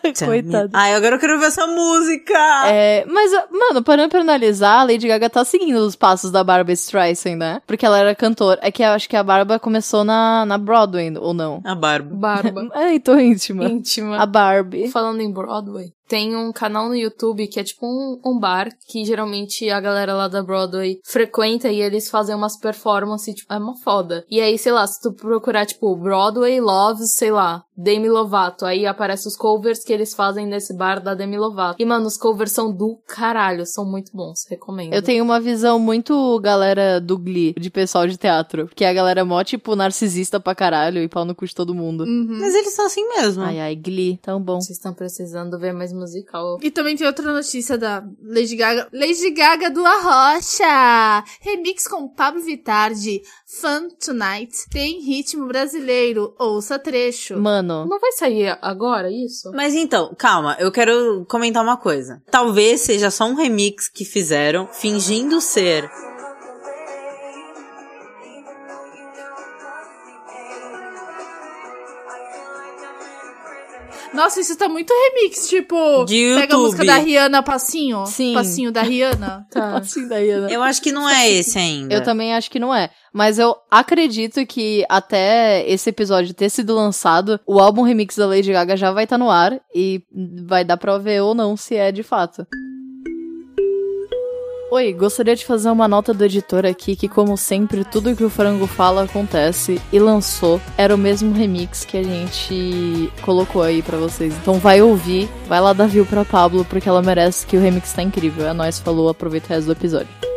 Speaker 3: Coitado.
Speaker 5: Ai, agora eu quero ver essa música.
Speaker 3: É, mas, mano, parando pra analisar, a Lady Gaga tá seguindo os passos da Barbie Streisand, né? Porque ela era cantora. É que eu acho que a Barba começou na, na Broadway, ou não? É,
Speaker 5: A
Speaker 4: Hum.
Speaker 5: Barba.
Speaker 4: Barba.
Speaker 3: Ai, tô íntima.
Speaker 4: íntima.
Speaker 3: A Barbie.
Speaker 4: Falando em Broadway, tem um canal no YouTube que é tipo um, um bar que geralmente a galera lá da Broadway frequenta e eles fazem umas performances, tipo, é uma foda. E aí, sei lá, se tu procurar, tipo, Broadway Loves, sei lá, Demi Lovato, aí aparece os covers que eles fazem nesse bar da Demi Lovato. E, mano, os covers são do caralho, são muito bons, recomendo.
Speaker 3: Eu tenho uma visão muito galera do Glee, de pessoal de teatro. Que é a galera mó, tipo, narcisista pra caralho e pau no cu de todo mundo.
Speaker 2: Uhum.
Speaker 5: Mas eles são assim mesmo.
Speaker 3: Ai, ai, Glee, tão bom.
Speaker 4: Vocês estão precisando ver mais musical.
Speaker 2: E também tem outra notícia da Lady Gaga. Lady Gaga do Arrocha! Remix com Pablo Vittar de Fun Tonight. Tem ritmo brasileiro. Ouça trecho.
Speaker 3: Mano,
Speaker 4: Não vai sair agora isso?
Speaker 5: Mas então, calma, eu quero comentar uma coisa. Talvez seja só um remix que fizeram, fingindo ser
Speaker 2: Nossa, isso tá muito remix, tipo...
Speaker 5: De
Speaker 2: Pega a música da
Speaker 5: YouTube.
Speaker 2: Rihanna, Passinho.
Speaker 3: Sim.
Speaker 2: Passinho da Rihanna.
Speaker 4: Tá.
Speaker 3: assim daí, né?
Speaker 5: Eu acho que não é esse ainda.
Speaker 3: Eu também acho que não é. Mas eu acredito que até esse episódio ter sido lançado, o álbum remix da Lady Gaga já vai estar no ar e vai dar pra ver ou não se é de fato. Oi, gostaria de fazer uma nota do editor aqui que, como sempre, tudo que o Frango fala acontece e lançou era o mesmo remix que a gente colocou aí pra vocês. Então vai ouvir, vai lá dar view pra Pablo, porque ela merece que o remix tá incrível. É nóis, falou, aproveita o resto do episódio.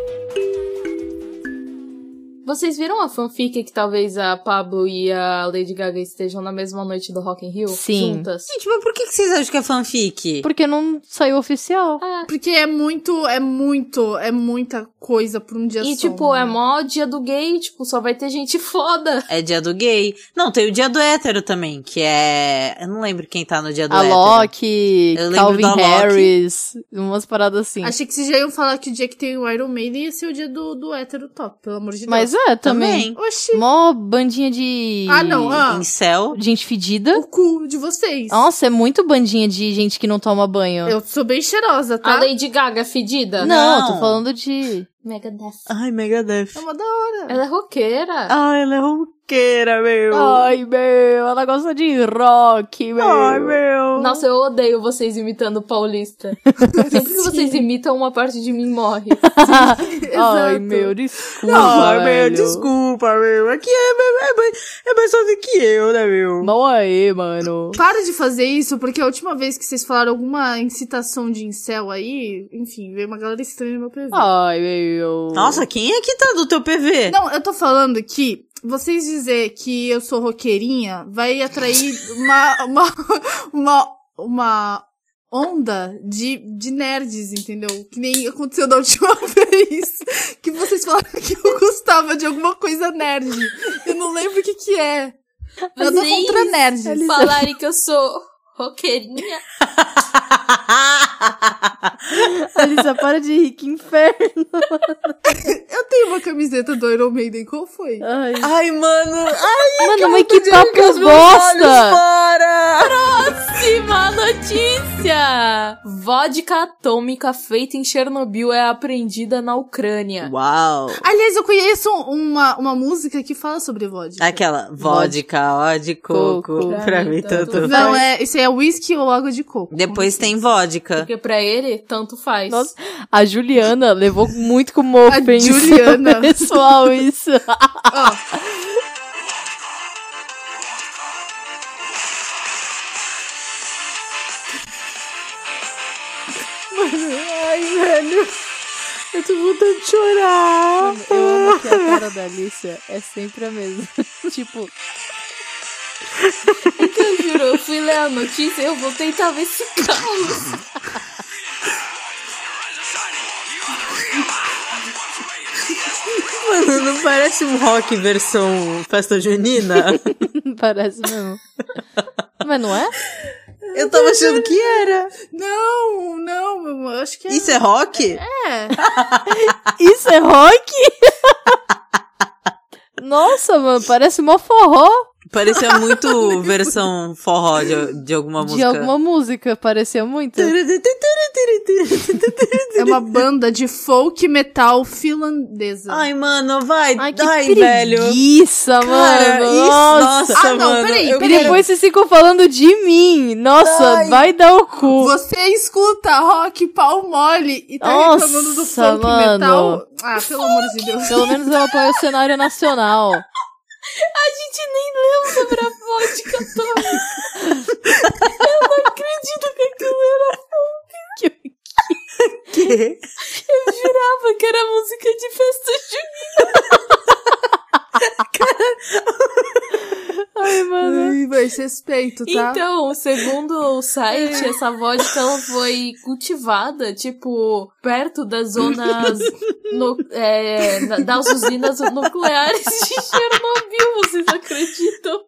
Speaker 4: Vocês viram a fanfic que talvez a Pablo e a Lady Gaga estejam na mesma noite do Rock in Rio?
Speaker 3: Sim.
Speaker 4: Juntas?
Speaker 5: Gente, mas por que que vocês acham que é fanfic?
Speaker 3: Porque não saiu oficial.
Speaker 2: Porque é muito, é muito, é muita coisa por um dia só.
Speaker 4: E, tipo, é
Speaker 2: mano.
Speaker 4: mó dia do gay, tipo, só vai ter gente foda.
Speaker 5: É dia do gay. Não, tem o dia do hétero também, que é. Eu não lembro quem tá no dia do
Speaker 3: A
Speaker 5: hétero.
Speaker 3: Loki,
Speaker 5: Eu lembro
Speaker 3: Calvin
Speaker 5: da Loki.
Speaker 3: Harris, umas paradas assim.
Speaker 2: Achei que vocês já iam falar que o dia que tem o Iron Maiden ia ser o dia do, do hétero top, pelo amor de
Speaker 3: Mas
Speaker 2: Deus.
Speaker 3: é, também.
Speaker 5: Também.
Speaker 2: Oxi.
Speaker 3: Mó bandinha de.
Speaker 2: Ah, não. Ah,
Speaker 5: Em céu.
Speaker 3: Gente fedida.
Speaker 2: o cu de vocês.
Speaker 3: Nossa, é muito bandinha de gente que não toma banho.
Speaker 2: Eu sou bem cheirosa,
Speaker 4: A
Speaker 2: tá?
Speaker 4: Lady Gaga é fedida.
Speaker 3: Ah. Não,
Speaker 5: Não.
Speaker 3: tô falando de.
Speaker 4: Megadeth.
Speaker 5: Ai, Megadeth.
Speaker 2: É uma da
Speaker 4: Ela é
Speaker 3: Ah.
Speaker 4: roqueira.
Speaker 5: Ai, ela é ronqueira, meu.
Speaker 3: Ai, meu, ela gosta de rock, meu.
Speaker 5: Ai, meu.
Speaker 4: Nossa, eu odeio vocês imitando paulista. Sempre que vocês imitam, uma parte de mim morre.
Speaker 3: Ai,
Speaker 2: Exato.
Speaker 3: meu, desculpa.
Speaker 5: Ai, meu,
Speaker 3: velho.
Speaker 5: desculpa, meu. Aqui é, é, é, mais- é mais fácil que eu, né, meu?
Speaker 3: Não aí, mano.
Speaker 2: Para de fazer isso, porque a última vez que vocês falaram alguma incitação de incel aí, enfim, veio uma galera estranha no meu PV.
Speaker 3: Ai, meu.
Speaker 5: Nossa, quem é que tá do teu PV?
Speaker 2: Não, eu tô falando que vocês dizer que eu sou roqueirinha vai atrair uma, uma, uma, uma onda de, de nerds, entendeu? Que nem aconteceu da última vez que vocês falaram que eu gostava de alguma coisa nerd. Eu não lembro o que que é. Eu tô
Speaker 4: Vocês-
Speaker 2: contra nerds.
Speaker 4: Falarem que eu sou roqueirinha.
Speaker 3: Alissa, para de rir, que inferno.
Speaker 2: Eu tenho uma camiseta do Iron Maiden, qual foi?
Speaker 3: Ai,
Speaker 5: Ai, mano. Ai,
Speaker 3: Mano, mas que
Speaker 5: eu tô de
Speaker 3: papo
Speaker 5: arrancar os meus olhos
Speaker 3: bosta!
Speaker 5: fora.
Speaker 4: Última notícia! Vodka atômica feita em Chernobyl é apreendida na Ucrânia.
Speaker 5: Uau!
Speaker 2: Aliás, eu conheço uma, uma música que fala sobre vodka.
Speaker 5: Aquela vodka, ó, de coco.
Speaker 3: Coco.
Speaker 5: Pra mim, tanto faz.
Speaker 2: Não, é, isso aí é whisky ou água de coco.
Speaker 5: Depois tem vodka.
Speaker 4: Porque pra ele, tanto faz.
Speaker 3: Nossa. A Juliana levou muito como ofensa
Speaker 2: Juliana.
Speaker 3: pessoal isso.
Speaker 7: Eu tô voltando a chorar.
Speaker 3: Mano, Eu amo que a cara da Alicia é sempre a mesma. tipo,
Speaker 4: Eu juro, eu fui ler a notícia e eu vou tentar ver esse caos.
Speaker 5: Mano, não parece um rock versão festa junina?
Speaker 3: parece mesmo. Mas não é?
Speaker 5: Eu tava achando que era.
Speaker 2: Não, não, eu acho que é.
Speaker 5: Isso é rock?
Speaker 2: É.
Speaker 3: Isso é rock? Nossa, mano, parece mó forró
Speaker 5: Parecia muito versão forró de, de alguma
Speaker 3: de
Speaker 5: música.
Speaker 3: alguma música. Parecia muito.
Speaker 2: É uma banda de folk metal finlandesa.
Speaker 5: Ai, mano, vai.
Speaker 3: Ai,
Speaker 5: Ai,
Speaker 3: que
Speaker 5: velho.
Speaker 3: preguiça,
Speaker 5: Cara,
Speaker 3: mano.
Speaker 5: isso,
Speaker 3: nossa.
Speaker 5: nossa,
Speaker 2: Ah, não,
Speaker 5: mano.
Speaker 2: peraí,
Speaker 5: eu
Speaker 2: peraí.
Speaker 5: quero-
Speaker 3: Depois vocês ficam falando de mim. Nossa,
Speaker 5: Ai.
Speaker 3: vai dar o cu.
Speaker 2: Você escuta rock pau mole e tá
Speaker 3: Nossa,
Speaker 2: reclamando do folk
Speaker 3: mano.
Speaker 2: metal? Ah, pelo amor de Deus.
Speaker 3: Pelo menos ela apoia o cenário nacional.
Speaker 4: A gente nem leu sobre a vodka atômica.
Speaker 5: quê?
Speaker 4: Jurava que Ah, era música de festa junina.
Speaker 3: Ai, mano.
Speaker 2: Ai, vai, respeito, tá?
Speaker 4: Então, segundo o site, essa vodka ela foi cultivada, tipo, perto das zonas. nu- é, na- das usinas nucleares de Chernobyl, vocês acreditam?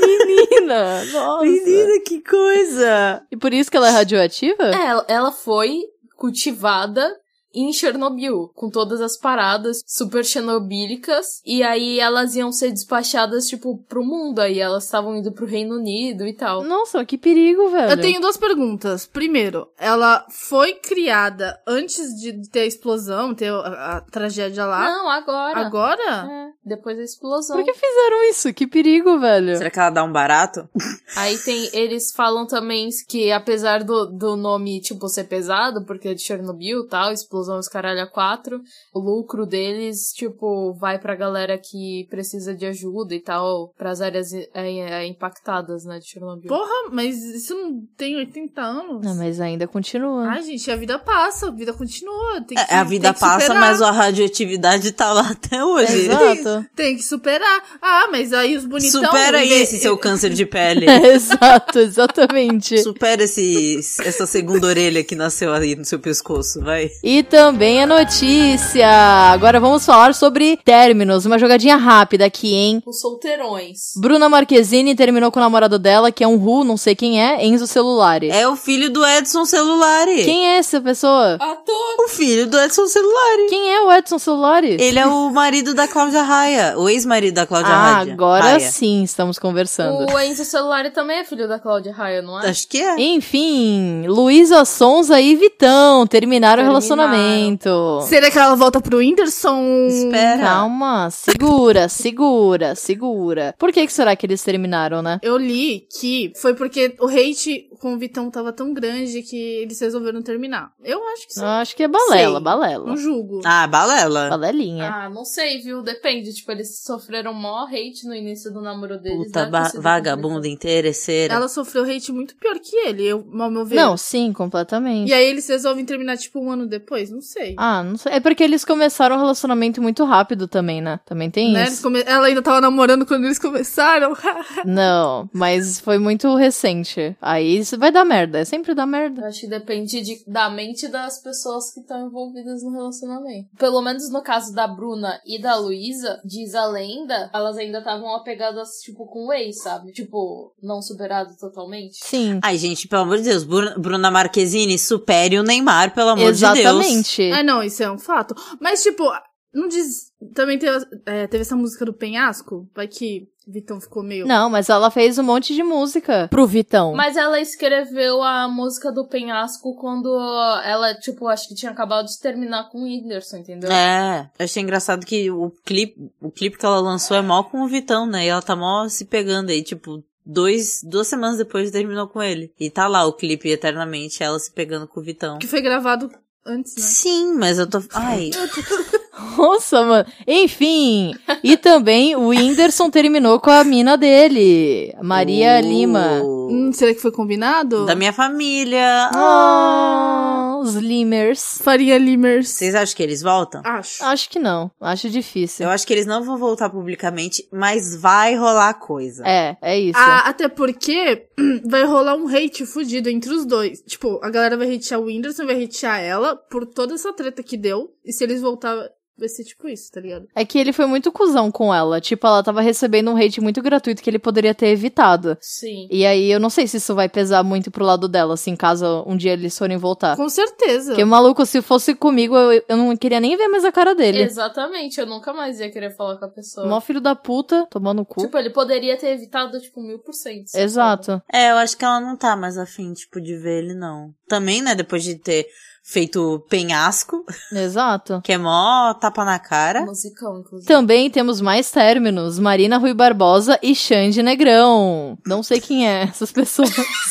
Speaker 3: Menina, nossa.
Speaker 5: Menina, que coisa.
Speaker 3: E por isso que ela é radioativa?
Speaker 4: É, Ela, ela foi cultivada em Chernobyl, com todas as paradas super chernobílicas, e aí elas iam ser despachadas, tipo, pro mundo, aí elas estavam indo pro Reino Unido e tal.
Speaker 3: Nossa, que perigo, velho.
Speaker 2: Eu tenho duas perguntas. Primeiro, ela foi criada antes de ter a explosão, ter a, a tragédia lá?
Speaker 4: Não, agora.
Speaker 2: Agora?
Speaker 4: É, depois da explosão.
Speaker 3: Por que fizeram isso? Que perigo, velho.
Speaker 5: Será que ela dá um barato?
Speaker 4: Aí tem, eles falam também que apesar do, do nome, tipo, ser pesado, porque é de Chernobyl e tal, explosão os caralho a quatro, o lucro deles, tipo, vai pra galera que precisa de ajuda e tal, pras áreas é, é, impactadas, né, de Chernobyl.
Speaker 2: Porra, mas isso não tem 80 anos?
Speaker 3: Não, mas ainda continua.
Speaker 2: Ai, gente, a vida passa, a vida continua. Tem que,
Speaker 5: É, a vida
Speaker 2: tem que
Speaker 5: passa,
Speaker 2: superar.
Speaker 5: mas a radioatividade tá lá até hoje.
Speaker 3: É Exato.
Speaker 2: Tem que superar. Ah, mas aí os bonitão...
Speaker 5: Supera aí
Speaker 2: vê-
Speaker 5: esse seu câncer de pele.
Speaker 3: né? É, Exato, exatamente.
Speaker 5: Supera esse, essa segunda orelha que nasceu aí no seu pescoço, vai.
Speaker 3: E também a notícia. Agora vamos falar sobre términos. Uma jogadinha rápida aqui, hein?
Speaker 4: Os solteirões.
Speaker 3: Bruna Marquezine terminou com o namorado dela, que é um Ru, não sei quem é, Enzo Celulari.
Speaker 5: É o filho do Edson Celulari.
Speaker 3: Quem é essa pessoa?
Speaker 4: Ator!
Speaker 5: O filho do Edson Celulari.
Speaker 3: Quem é o Edson Celulari?
Speaker 5: Ele é o marido da Cláudia Raia. O ex-marido da Cláudia
Speaker 3: Ah,
Speaker 5: Raia.
Speaker 3: agora
Speaker 5: Raia.
Speaker 3: sim estamos conversando.
Speaker 4: O Enzo Celulari também é filho da Cláudia Raia, não é?
Speaker 5: Acho que é.
Speaker 3: Enfim, Luísa Sonza e Vitão terminaram o relacionamento.
Speaker 2: Será que ela volta pro
Speaker 3: Então,
Speaker 2: Whindersson?
Speaker 5: Espera.
Speaker 3: Calma, segura, segura, segura. Por que, que será que eles terminaram, né?
Speaker 2: Eu li que foi porque o hate com o Vitão tava tão grande que eles resolveram terminar. Eu acho que
Speaker 3: Eu
Speaker 2: sim.
Speaker 3: acho que é balela,
Speaker 2: Sei.
Speaker 3: balela.
Speaker 2: Não julgo.
Speaker 5: Ah, balela.
Speaker 3: Balelinha.
Speaker 4: Ah, não sei, viu? Depende. Tipo, eles sofreram mó hate no início do namoro deles. né,
Speaker 5: Puta
Speaker 4: deve ter
Speaker 5: ba-
Speaker 4: sido
Speaker 5: vagabunda interesseira.
Speaker 2: Ela sofreu hate muito pior que ele, eu, ao meu ver.
Speaker 3: Não, sim, completamente.
Speaker 2: E aí eles resolvem terminar, tipo, um ano depois? Não sei.
Speaker 3: Ah, não sei. É porque eles começaram o relacionamento muito rápido também, né? Também tem
Speaker 2: Né? Eles
Speaker 3: isso.
Speaker 2: come- Ela ainda tava namorando quando eles começaram.
Speaker 3: Não, mas foi muito recente. Aí isso vai dar merda, é sempre dar merda.
Speaker 4: Eu acho que depende de- da mente das pessoas que estão envolvidas no relacionamento. Pelo menos no caso da Bruna e da Luísa, diz a lenda, elas ainda estavam apegadas, tipo, com o ex, sabe? Tipo, não superado totalmente.
Speaker 3: Sim.
Speaker 5: Ai, gente, pelo amor de Deus. Bru- Bruna Marquezine, supere o Neymar, pelo amor de Deus.
Speaker 3: Exatamente.
Speaker 2: ah, não, isso é um fato. é Mas, tipo, Não diz. Também teve, é, teve essa música do penhasco? Vai que Vitão ficou meio.
Speaker 3: Não, mas ela fez um monte de música pro Vitão.
Speaker 4: Mas ela escreveu a música do penhasco quando ela, tipo, acho que tinha acabado de terminar com o Whindersson, entendeu?
Speaker 5: É, eu achei engraçado que o clipe, o clipe que ela lançou é mó com o Vitão, né? E ela tá mó se pegando aí, tipo, dois, duas semanas depois terminou com ele. E tá lá o clipe eternamente, ela se pegando com o Vitão.
Speaker 2: Que foi gravado antes, né?
Speaker 5: Sim, mas eu tô. Ai.
Speaker 3: Nossa, mano. Enfim. E também o Whindersson terminou com a mina dele, Maria
Speaker 5: Uh,
Speaker 3: Lima.
Speaker 2: Hum, será que foi combinado?
Speaker 5: Da minha família.
Speaker 3: Ah, os Limers.
Speaker 2: Faria Limers.
Speaker 5: Vocês acham que eles voltam?
Speaker 2: Acho.
Speaker 3: Acho que não. Acho difícil.
Speaker 5: Eu acho que eles não vão voltar publicamente, mas vai rolar coisa.
Speaker 3: É, é isso.
Speaker 2: Ah, até porque vai rolar um hate fudido entre os dois. Tipo, a galera vai hatear o Whindersson, vai hatear ela por toda essa treta que deu. E se eles voltar, vai ser tipo isso, tá ligado?
Speaker 3: É que ele foi muito cuzão com ela. Tipo, ela tava recebendo um hate muito gratuito que ele poderia ter evitado.
Speaker 4: Sim.
Speaker 3: E aí, eu não sei se isso vai pesar muito pro lado dela, assim, caso um dia eles forem
Speaker 5: Ah.
Speaker 3: voltar.
Speaker 2: Com certeza.
Speaker 3: Porque, maluco, se fosse comigo, eu, eu não queria nem ver mais a cara dele.
Speaker 4: Exatamente, eu nunca mais ia querer falar com a pessoa.
Speaker 3: Mó filho da puta, tomando cu.
Speaker 4: Tipo, ele poderia ter evitado, tipo, mil por cento. sabe?
Speaker 3: Exato.
Speaker 5: É, eu acho que ela não tá mais afim, tipo, de ver ele, não. Também, né, depois de ter feito o penhasco,
Speaker 3: Exato.
Speaker 5: que é mó tapa na cara.
Speaker 4: Musicão, inclusive.
Speaker 3: Também temos mais términos: Marina Rui Barbosa e Xande Negrão. Não sei quem é essas pessoas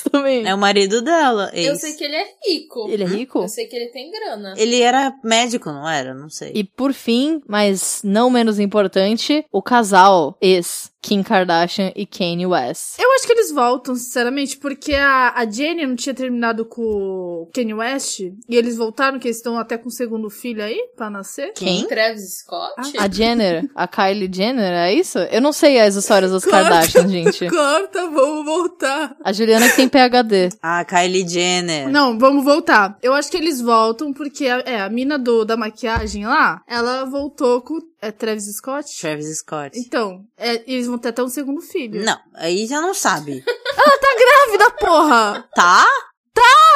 Speaker 3: também.
Speaker 5: É o marido dela.
Speaker 4: Eu
Speaker 5: ex.
Speaker 4: sei é. que ele é rico.
Speaker 3: Ele é rico?
Speaker 4: Eu
Speaker 5: assim.
Speaker 4: sei que ele tem grana.
Speaker 5: Ele era médico, não era? Não sei.
Speaker 3: E por fim, mas não menos importante, o casal ex Kim Kardashian e Kanye West.
Speaker 2: Eu acho que eles voltam, sinceramente, porque a, a Jenny não tinha terminado com o Kanye West. E eles voltaram, que eles estão até com o segundo filho aí, pra nascer.
Speaker 5: Quem?
Speaker 4: Travis Scott?
Speaker 2: Ah,
Speaker 3: A Jenner, a Kylie Jenner, é isso? Eu não sei as histórias das
Speaker 2: Corta.
Speaker 3: Kardashian, gente.
Speaker 2: Corta, vamos voltar.
Speaker 3: A Juliana que tem PhD.
Speaker 5: Ah, Kylie Jenner.
Speaker 2: Não, vamos voltar. Eu acho que eles voltam porque a, é, a mina do, da maquiagem lá, ela voltou com é, Travis Scott.
Speaker 5: Travis Scott.
Speaker 2: Então, é, eles vão ter até um segundo filho.
Speaker 5: Não, aí já não sabe.
Speaker 2: Grávida, porra!
Speaker 5: Tá?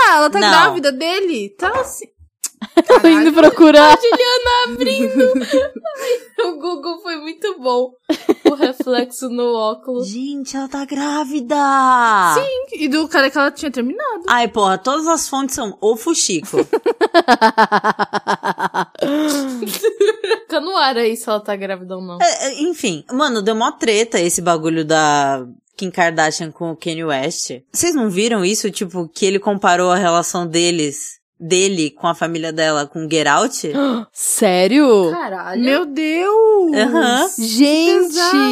Speaker 2: Ah, ela tá
Speaker 5: Não.
Speaker 2: grávida dele? Tá assim.
Speaker 3: Tô indo procurar.
Speaker 4: O Google foi muito bom. O reflexo no óculos.
Speaker 5: Gente, ela tá grávida! Sim!
Speaker 2: E do cara que ela tinha terminado.
Speaker 5: Ai, porra, todas as fontes são o Fuxico.
Speaker 4: Fica no ar aí se ela tá grávida ou não.
Speaker 5: É, é, Enfim, mano, deu mó treta esse bagulho da Kim Kardashian com o Kanye West. Vocês não viram isso? Tipo, que ele comparou a relação deles, dele com a família dela, com Get Out?
Speaker 3: Sério?
Speaker 4: Caralho.
Speaker 2: Meu Deus!
Speaker 5: Aham.
Speaker 3: Gente!
Speaker 2: pesado.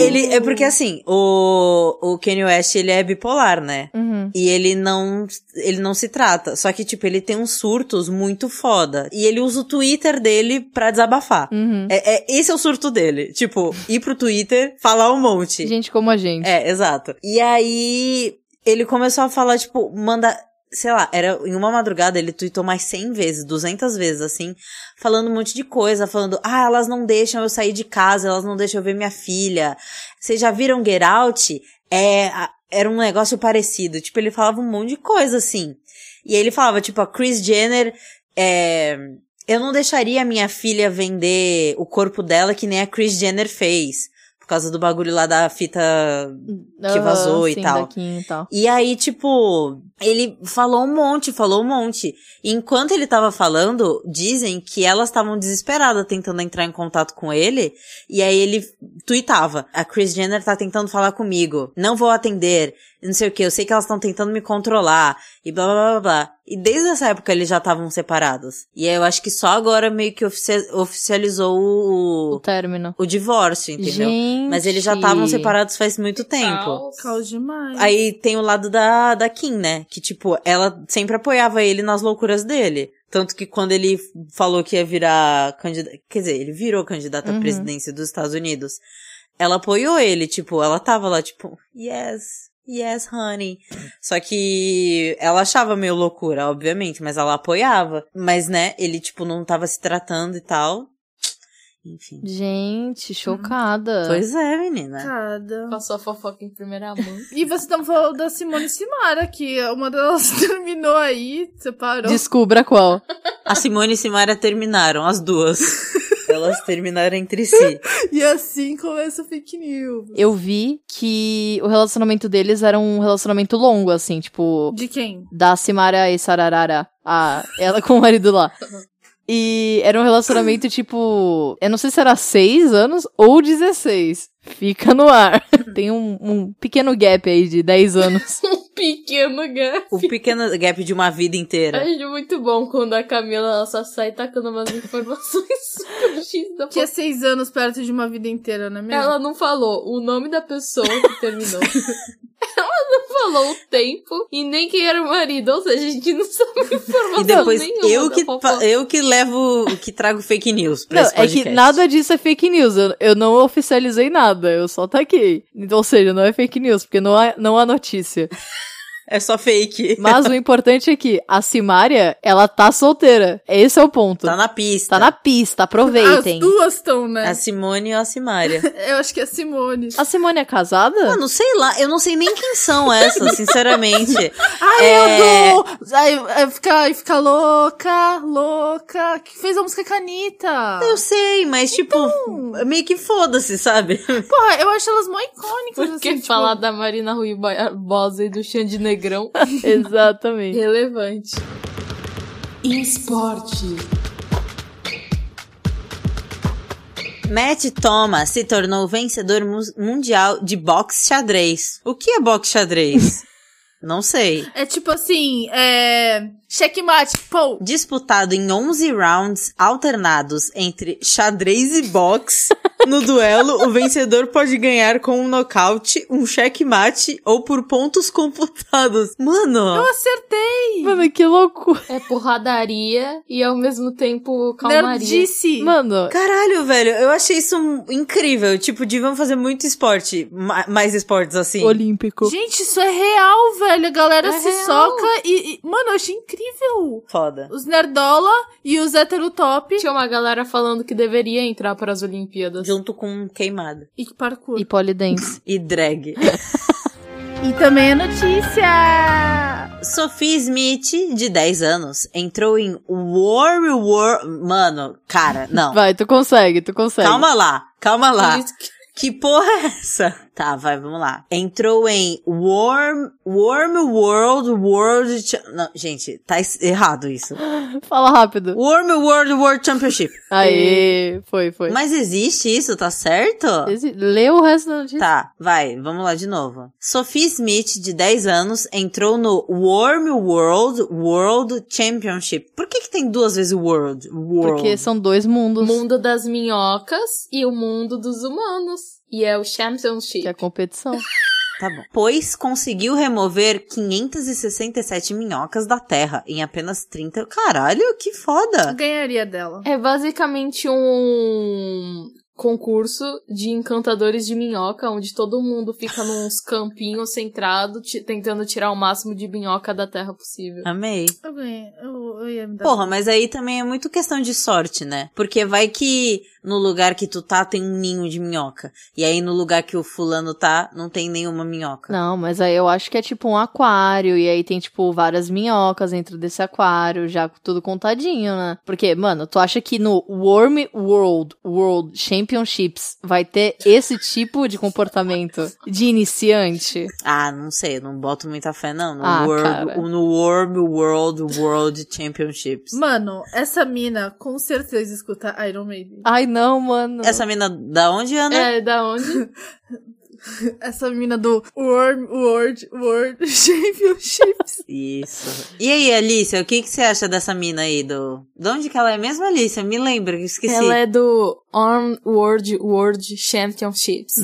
Speaker 5: Ele, é porque assim, o, o Kanye West, ele é bipolar, né?
Speaker 3: Uhum.
Speaker 5: E ele não, ele não se trata. Só que, tipo, ele tem uns surtos muito foda. E ele usa o Twitter dele pra desabafar.
Speaker 3: Uhum.
Speaker 5: É, é- esse é o surto dele. Tipo, ir pro Twitter, falar um monte.
Speaker 3: Gente como a gente.
Speaker 5: É, exato. E aí, ele começou a falar, tipo, manda, sei lá, era em uma madrugada, ele tweetou mais 100 vezes, 200 vezes, assim, falando um monte de coisa, falando, ah, elas não deixam eu sair de casa, elas não deixam eu ver minha filha. Vocês já viram Get Out? É, a- era um negócio parecido. Tipo, ele falava um monte de coisa, assim. E aí ele falava, tipo, a Kris Jenner, é, eu não deixaria a minha filha vender o corpo dela que nem a Kris Jenner fez. Por causa do bagulho lá da fita que
Speaker 3: Ah,
Speaker 5: vazou e
Speaker 3: sim,
Speaker 5: tal.
Speaker 3: da Kim e tal.
Speaker 5: e aí, tipo, ele falou um monte, falou um monte. E Enquanto ele tava falando, dizem que elas estavam desesperadas tentando entrar em contato com ele. E aí ele tweetava: A Kris Jenner tá tentando falar comigo. Não vou atender. Não sei o que. Eu sei que elas estão tentando me controlar. E blá blá blá blá. E desde essa época eles já estavam separados. E aí eu acho que só agora meio que ofici- oficializou
Speaker 3: O
Speaker 5: o,
Speaker 3: término.
Speaker 5: o divórcio, tipo, entendeu?
Speaker 3: Gente.
Speaker 5: Mas eles já estavam separados faz muito tempo.
Speaker 2: Caos demais.
Speaker 5: Aí tem o lado da, da Kim, né? Que, tipo, ela sempre apoiava ele nas loucuras dele. Tanto que quando ele falou que ia virar candidato. Quer dizer, ele virou candidato à
Speaker 3: Uhum.
Speaker 5: presidência dos Estados Unidos. Ela apoiou ele, tipo, ela tava lá, tipo, yes, yes, honey. Só que ela achava meio loucura, obviamente, mas ela apoiava. Mas, né, ele, tipo, não tava se tratando e tal. Enfim.
Speaker 3: Gente, chocada.
Speaker 5: Pois é, menina.
Speaker 2: Cada.
Speaker 4: Passou a fofoca em primeira mão.
Speaker 2: E você tá falando da Simone Simara, que uma delas terminou aí, separou.
Speaker 5: é.
Speaker 3: Descubra qual.
Speaker 5: A Simone e Simara terminaram, as duas. Elas terminaram entre si.
Speaker 2: E assim começa o fake news.
Speaker 3: Eu vi que o relacionamento deles era um relacionamento longo, assim, tipo,
Speaker 2: De quem?
Speaker 3: da Simara e Sararara. Ah, ela com o marido lá. E era um relacionamento tipo. Eu não sei se era 6 anos ou 16. Fica no ar. Tem um, um pequeno gap aí de 10 anos.
Speaker 4: Pequeno gap.
Speaker 5: O pequeno gap de uma vida inteira.
Speaker 4: Acho muito bom quando a Camila ela só sai tacando umas informações super X da
Speaker 2: Que é seis anos perto de uma vida inteira, não é mesmo?
Speaker 4: Ela não falou o nome da pessoa que terminou. Ela não falou o tempo e nem quem era o marido. Ou seja, a gente não sabe informação
Speaker 5: E depois
Speaker 4: nenhuma
Speaker 5: eu
Speaker 4: da
Speaker 5: que,
Speaker 4: fofoca.
Speaker 5: fa- eu que levo, que trago fake news pra
Speaker 3: Não,
Speaker 5: esse
Speaker 3: é
Speaker 5: podcast.
Speaker 3: que nada disso é fake news. Eu, eu não oficializei nada. Eu só taquei. Ou seja, não é fake news, porque não há, não há notícia.
Speaker 5: É só fake.
Speaker 3: Mas o importante é que a Simária, ela tá solteira. Esse é o ponto.
Speaker 5: Tá na pista. É
Speaker 3: Tá na
Speaker 2: Ah,
Speaker 3: pista,
Speaker 2: As
Speaker 3: aproveitem.
Speaker 2: duas estão, né?
Speaker 5: A Simone e a Simária.
Speaker 2: Eu acho que é Simone.
Speaker 3: A Simone é casada?
Speaker 5: Mano, sei lá, eu não sei nem quem são essas, sinceramente.
Speaker 2: Ai,
Speaker 5: É.
Speaker 2: eu dou! Aí, aí fica, aí fica louca, louca. Que fez a música com a Anitta.
Speaker 5: Eu sei, mas tipo,
Speaker 3: Então.
Speaker 5: meio que foda-se, sabe?
Speaker 2: Porra, eu acho elas mó icônicas.
Speaker 4: Por que
Speaker 2: assim, tipo,
Speaker 4: falar da Marina Rui Barbosa e do Xande Negrão?
Speaker 3: Exatamente.
Speaker 4: Relevante.
Speaker 5: Matt Thomas se tornou vencedor mu- mundial de boxe xadrez. O que é boxe xadrez? não sei.
Speaker 2: É tipo assim, é... Checkmate, pô.
Speaker 5: Disputado em 11 rounds alternados entre xadrez e boxe, no duelo o vencedor pode ganhar com um nocaute, um checkmate ou por pontos computados. Mano,
Speaker 2: Eu acertei.
Speaker 3: Mano, que loucura.
Speaker 4: É porradaria e ao mesmo tempo calmaria.
Speaker 2: Nerdice.
Speaker 3: Mano,
Speaker 5: Caralho, velho, eu achei isso um- incrível. Tipo, deviam fazer muito esporte, ma- mais esportes assim.
Speaker 3: olímpico.
Speaker 2: Gente, isso é real, velho. A galera
Speaker 4: É
Speaker 2: se
Speaker 4: real.
Speaker 2: soca e, e- Mano, eu achei incrível.
Speaker 5: Foda.
Speaker 2: Os nerdola e os hétero top.
Speaker 4: Tinha uma galera falando que deveria entrar para as Olimpíadas.
Speaker 5: Junto com queimada.
Speaker 2: E que parkour.
Speaker 3: E polidense.
Speaker 5: E drag.
Speaker 2: E também é notícia!
Speaker 5: Sophie Smith, de 10 anos, entrou em War War. Mano, cara, não.
Speaker 3: Vai, tu consegue, tu consegue.
Speaker 5: Calma lá, calma lá.
Speaker 4: Isso que-
Speaker 5: Que porra é essa? Tá, vai, vamos lá. Entrou em Warm, Warm World World. Cha- Não, gente, tá es- errado isso.
Speaker 3: Fala rápido.
Speaker 5: Warm World World Championship.
Speaker 3: Aê, foi, foi.
Speaker 5: Mas existe isso, tá certo?
Speaker 3: Esse- Lê o resto da notícia.
Speaker 5: Tá, vai, vamos lá de novo. Sophie Smith, de 10 anos, entrou no Warm World World Championship. Por que que tem duas vezes World? World.
Speaker 3: Porque são dois mundos.
Speaker 4: mundo das minhocas e o mundo dos humanos. E é o
Speaker 3: Que
Speaker 4: Championship.
Speaker 3: é competição.
Speaker 5: Tá bom. Pois conseguiu remover 567 minhocas da Terra em apenas 30... Caralho, que foda!
Speaker 2: Ganharia dela.
Speaker 4: É basicamente um concurso de encantadores de minhoca, onde todo mundo fica nos campinhos centrado, ti- tentando tirar o máximo de minhoca da terra possível.
Speaker 5: Amei.
Speaker 2: Eu ganhei. Eu, eu ia me dar.
Speaker 5: Porra, mas aí também é muito questão de sorte, né? Porque vai que no lugar que tu tá tem um ninho de minhoca. E aí no lugar que o fulano tá, não tem nenhuma minhoca.
Speaker 3: Não, mas aí eu acho que é tipo um aquário. E aí tem, tipo, várias minhocas dentro desse aquário, já com tudo contadinho, né? Porque, mano, tu acha que no Worm World World Championships vai ter esse tipo de comportamento de iniciante?
Speaker 5: Ah, não sei, eu não boto muita fé não. No,
Speaker 3: Ah,
Speaker 5: World,
Speaker 3: cara.
Speaker 5: no World World World Championships.
Speaker 2: Mano, essa mina com certeza escuta Iron Maiden.
Speaker 3: Ai, não, mano.
Speaker 5: Essa mina da onde, Ana?
Speaker 4: É, da onde?
Speaker 2: Essa mina do World, World, World Championships.
Speaker 5: Isso. E aí, Alicia, o que, que você acha dessa mina aí do. De onde que ela é mesmo, Alicia? Me lembra, que eu esqueci.
Speaker 4: Ela é do Arm World World Championships.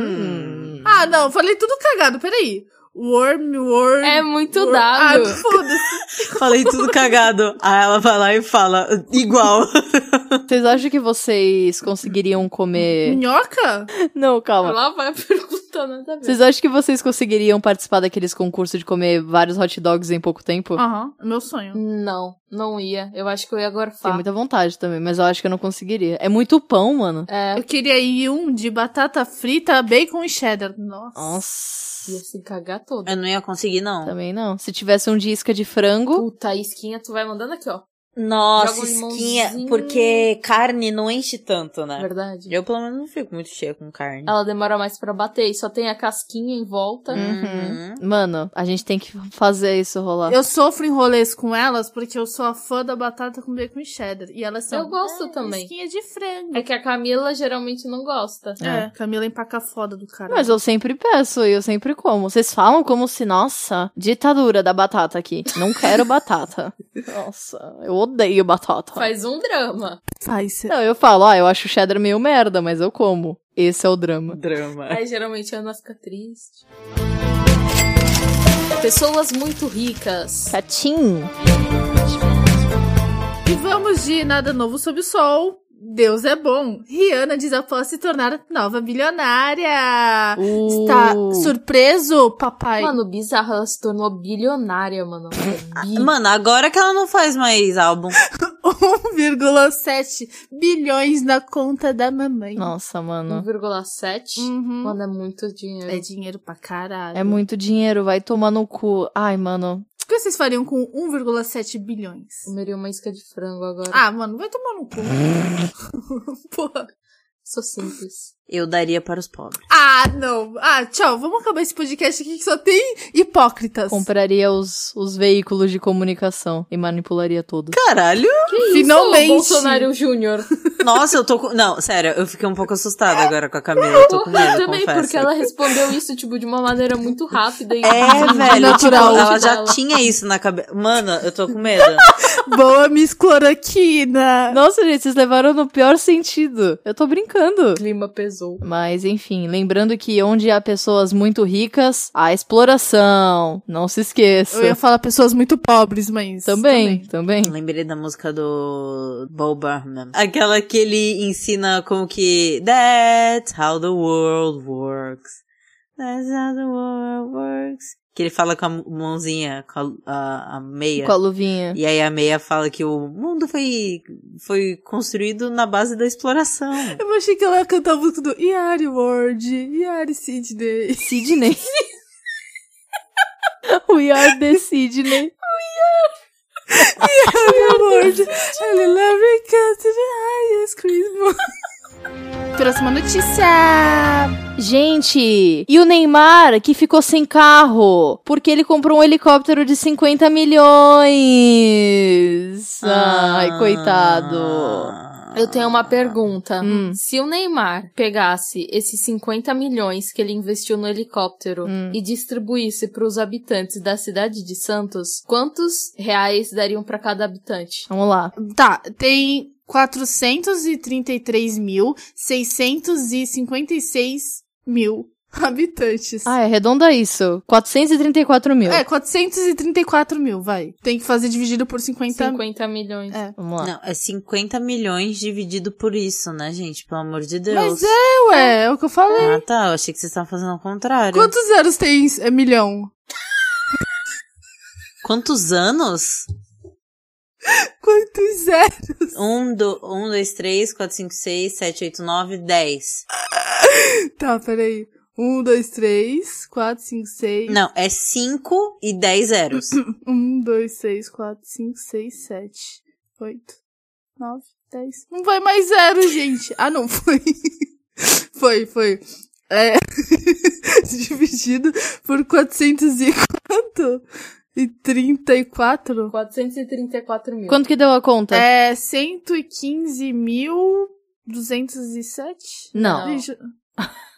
Speaker 5: Hum.
Speaker 2: ah, não, falei tudo cagado, peraí. Worm, World.
Speaker 4: É muito
Speaker 2: World-
Speaker 4: dado.
Speaker 2: Ah, foda-se.
Speaker 5: Falei tudo cagado. Aí ela vai lá e fala, igual.
Speaker 3: Vocês acham que vocês conseguiriam
Speaker 4: É.
Speaker 3: comer.
Speaker 2: Minhoca?
Speaker 3: Não, calma.
Speaker 4: Ela vai perguntar nada a ver.
Speaker 3: Vocês acham que vocês conseguiriam participar daqueles concursos de comer vários hot dogs em pouco tempo?
Speaker 2: Aham, meu sonho.
Speaker 4: Não, não ia. Eu acho que eu ia
Speaker 3: Tenho
Speaker 4: gorfar.
Speaker 3: muita vontade também, mas eu acho que eu não conseguiria. É muito pão, mano.
Speaker 4: É,
Speaker 2: Eu queria ir um de batata frita, bacon e cheddar. Nossa.
Speaker 3: Nossa.
Speaker 4: ia se cagar
Speaker 5: É.
Speaker 4: toda.
Speaker 5: Eu não ia conseguir, não.
Speaker 3: Também não. Se tivesse um de isca de frango,
Speaker 4: Puta, a isquinha tu vai mandando aqui, ó.
Speaker 5: Nossa,
Speaker 4: Joga um
Speaker 5: esquinha,
Speaker 4: limãozinho.
Speaker 5: porque carne não enche tanto, né?
Speaker 4: Verdade. Ah,
Speaker 5: Eu, pelo menos, não fico muito cheia com carne.
Speaker 4: Ela demora mais pra bater e só tem a casquinha em volta.
Speaker 5: Uhum.
Speaker 3: Mano, a gente tem que fazer isso rolar.
Speaker 2: Eu sofro em rolês com elas porque eu sou a fã da batata com bacon e cheddar. E elas são.
Speaker 4: Eu gosto também.
Speaker 2: Skin de frango.
Speaker 4: É que a Camila geralmente não gosta.
Speaker 2: É, Camila empaca foda do cara.
Speaker 3: Mas eu sempre peço e eu sempre como. Vocês falam como se, nossa, ditadura da batata aqui. Não quero batata. Nossa, eu odeio batata.
Speaker 4: Faz um drama.
Speaker 2: Faz.
Speaker 3: Não, eu falo, ah, eu acho o cheddar meio merda, mas eu como. Esse é o
Speaker 4: uhum.
Speaker 3: drama.
Speaker 5: Drama.
Speaker 4: Aí geralmente a Ana fica triste. Pessoas muito ricas.
Speaker 3: Catim.
Speaker 2: E vamos de Nada Novo Sob o Sol. Deus é bom. Rihanna diz após se tornar nova bilionária. Está
Speaker 3: Uh.
Speaker 2: surpreso, papai?
Speaker 4: Mano, bizarro, ela se tornou bilionária, mano. é Bi-
Speaker 5: Ah, Mano, agora que ela não faz mais álbum.
Speaker 2: 1,7 bilhões na conta da mamãe.
Speaker 3: Nossa, mano.
Speaker 4: 1,7.
Speaker 5: Hum.
Speaker 2: Uhum.
Speaker 4: Mano, é muito dinheiro.
Speaker 2: É dinheiro pra caralho.
Speaker 3: É muito dinheiro, vai tomar no cu. Ai, mano.
Speaker 2: O que vocês fariam com 1,7 bilhões?
Speaker 4: Comeria uma isca de frango agora.
Speaker 2: Ah, mano, vai tomar no cu. Porra.
Speaker 4: Sou simples.
Speaker 5: Eu daria para os pobres.
Speaker 2: Ah, não. Ah, tchau. Vamos acabar esse podcast aqui que só tem hipócritas.
Speaker 3: Compraria os, os veículos de comunicação e manipularia todos.
Speaker 5: Caralho!
Speaker 2: Finalmente.
Speaker 4: Isso, Bolsonaro Júnior.
Speaker 5: Nossa, eu tô com. Não, sério, eu fiquei um pouco assustada agora com a Camila. Eu tô com
Speaker 4: Eu
Speaker 5: medo,
Speaker 4: também,
Speaker 5: confesso.
Speaker 4: porque ela respondeu isso, tipo, de uma maneira muito rápida e
Speaker 5: É, velho,
Speaker 2: natural.
Speaker 5: tipo, ela já
Speaker 4: Dela.
Speaker 5: tinha isso na cabeça. Mano, eu tô com medo.
Speaker 2: Boa, Miss Cloroquina.
Speaker 3: Nossa, gente, vocês levaram no pior sentido. Eu tô brincando.
Speaker 4: o clima pesou.
Speaker 3: Mas enfim, lembrando que onde há pessoas muito ricas, há exploração. Não
Speaker 2: Eu
Speaker 3: se
Speaker 2: ia
Speaker 3: esqueça.
Speaker 2: falar pessoas muito pobres, mas...
Speaker 3: Também, também.
Speaker 5: Lembrei da música do Bo Burnham. Aquela que ele ensina como que. That's how the world works. That's how the world works. Que ele fala com a mãozinha, com a, a- a meia.
Speaker 3: Com a luvinha.
Speaker 5: E aí a meia fala que o mundo foi, foi construído na base da exploração.
Speaker 2: Eu achei que ela ia cantar a música do Yari Ward, Yari Sidney.
Speaker 3: Sidney. We are the Sidney.
Speaker 2: Yari Ward, é I love you because it's the highest Christmas. Próxima notícia.
Speaker 3: Gente, e o Neymar que ficou sem carro porque ele comprou um helicóptero de 50 milhões.
Speaker 2: Ah.
Speaker 5: Ah.
Speaker 3: Ai, coitado.
Speaker 4: Eu tenho uma pergunta.
Speaker 3: Hum.
Speaker 4: Se o Neymar pegasse esses 50 milhões que ele investiu no helicóptero e distribuísse para os habitantes da cidade de Santos, quantos reais dariam para cada habitante?
Speaker 3: Vamos lá.
Speaker 2: Tá, tem 433.656 mil habitantes.
Speaker 3: Ah, arredonda isso. 434 mil.
Speaker 2: É, 434 mil, vai. Tem que fazer dividido por 50 mil.
Speaker 4: 50 milhões.
Speaker 2: É.
Speaker 3: Vamos lá.
Speaker 5: Não, é 50 milhões dividido por isso, né, gente? Pelo amor de Deus.
Speaker 2: Mas é, ué, é o que eu falei.
Speaker 5: Ah, tá. Eu achei que vocês estavam fazendo ao contrário.
Speaker 2: Quantos zeros tem é, milhão?
Speaker 5: Quantos anos?
Speaker 2: Quantos zeros?
Speaker 5: Um, do, um, dois, três, quatro, cinco, seis, sete, oito, nove, dez.
Speaker 2: Tá, peraí. Um, dois, três, quatro, cinco, seis.
Speaker 5: Não, é cinco e dez zeros.
Speaker 2: Um, dois, três, quatro, cinco, seis, sete, oito, nove, dez. Não vai mais zero, gente. Ah, não, foi. Foi, foi. É. Dividido por 400 e quanto? E 34?
Speaker 4: 434 mil.
Speaker 3: Quanto que deu a conta?
Speaker 2: É 115.207?
Speaker 3: Não.
Speaker 2: Deixa-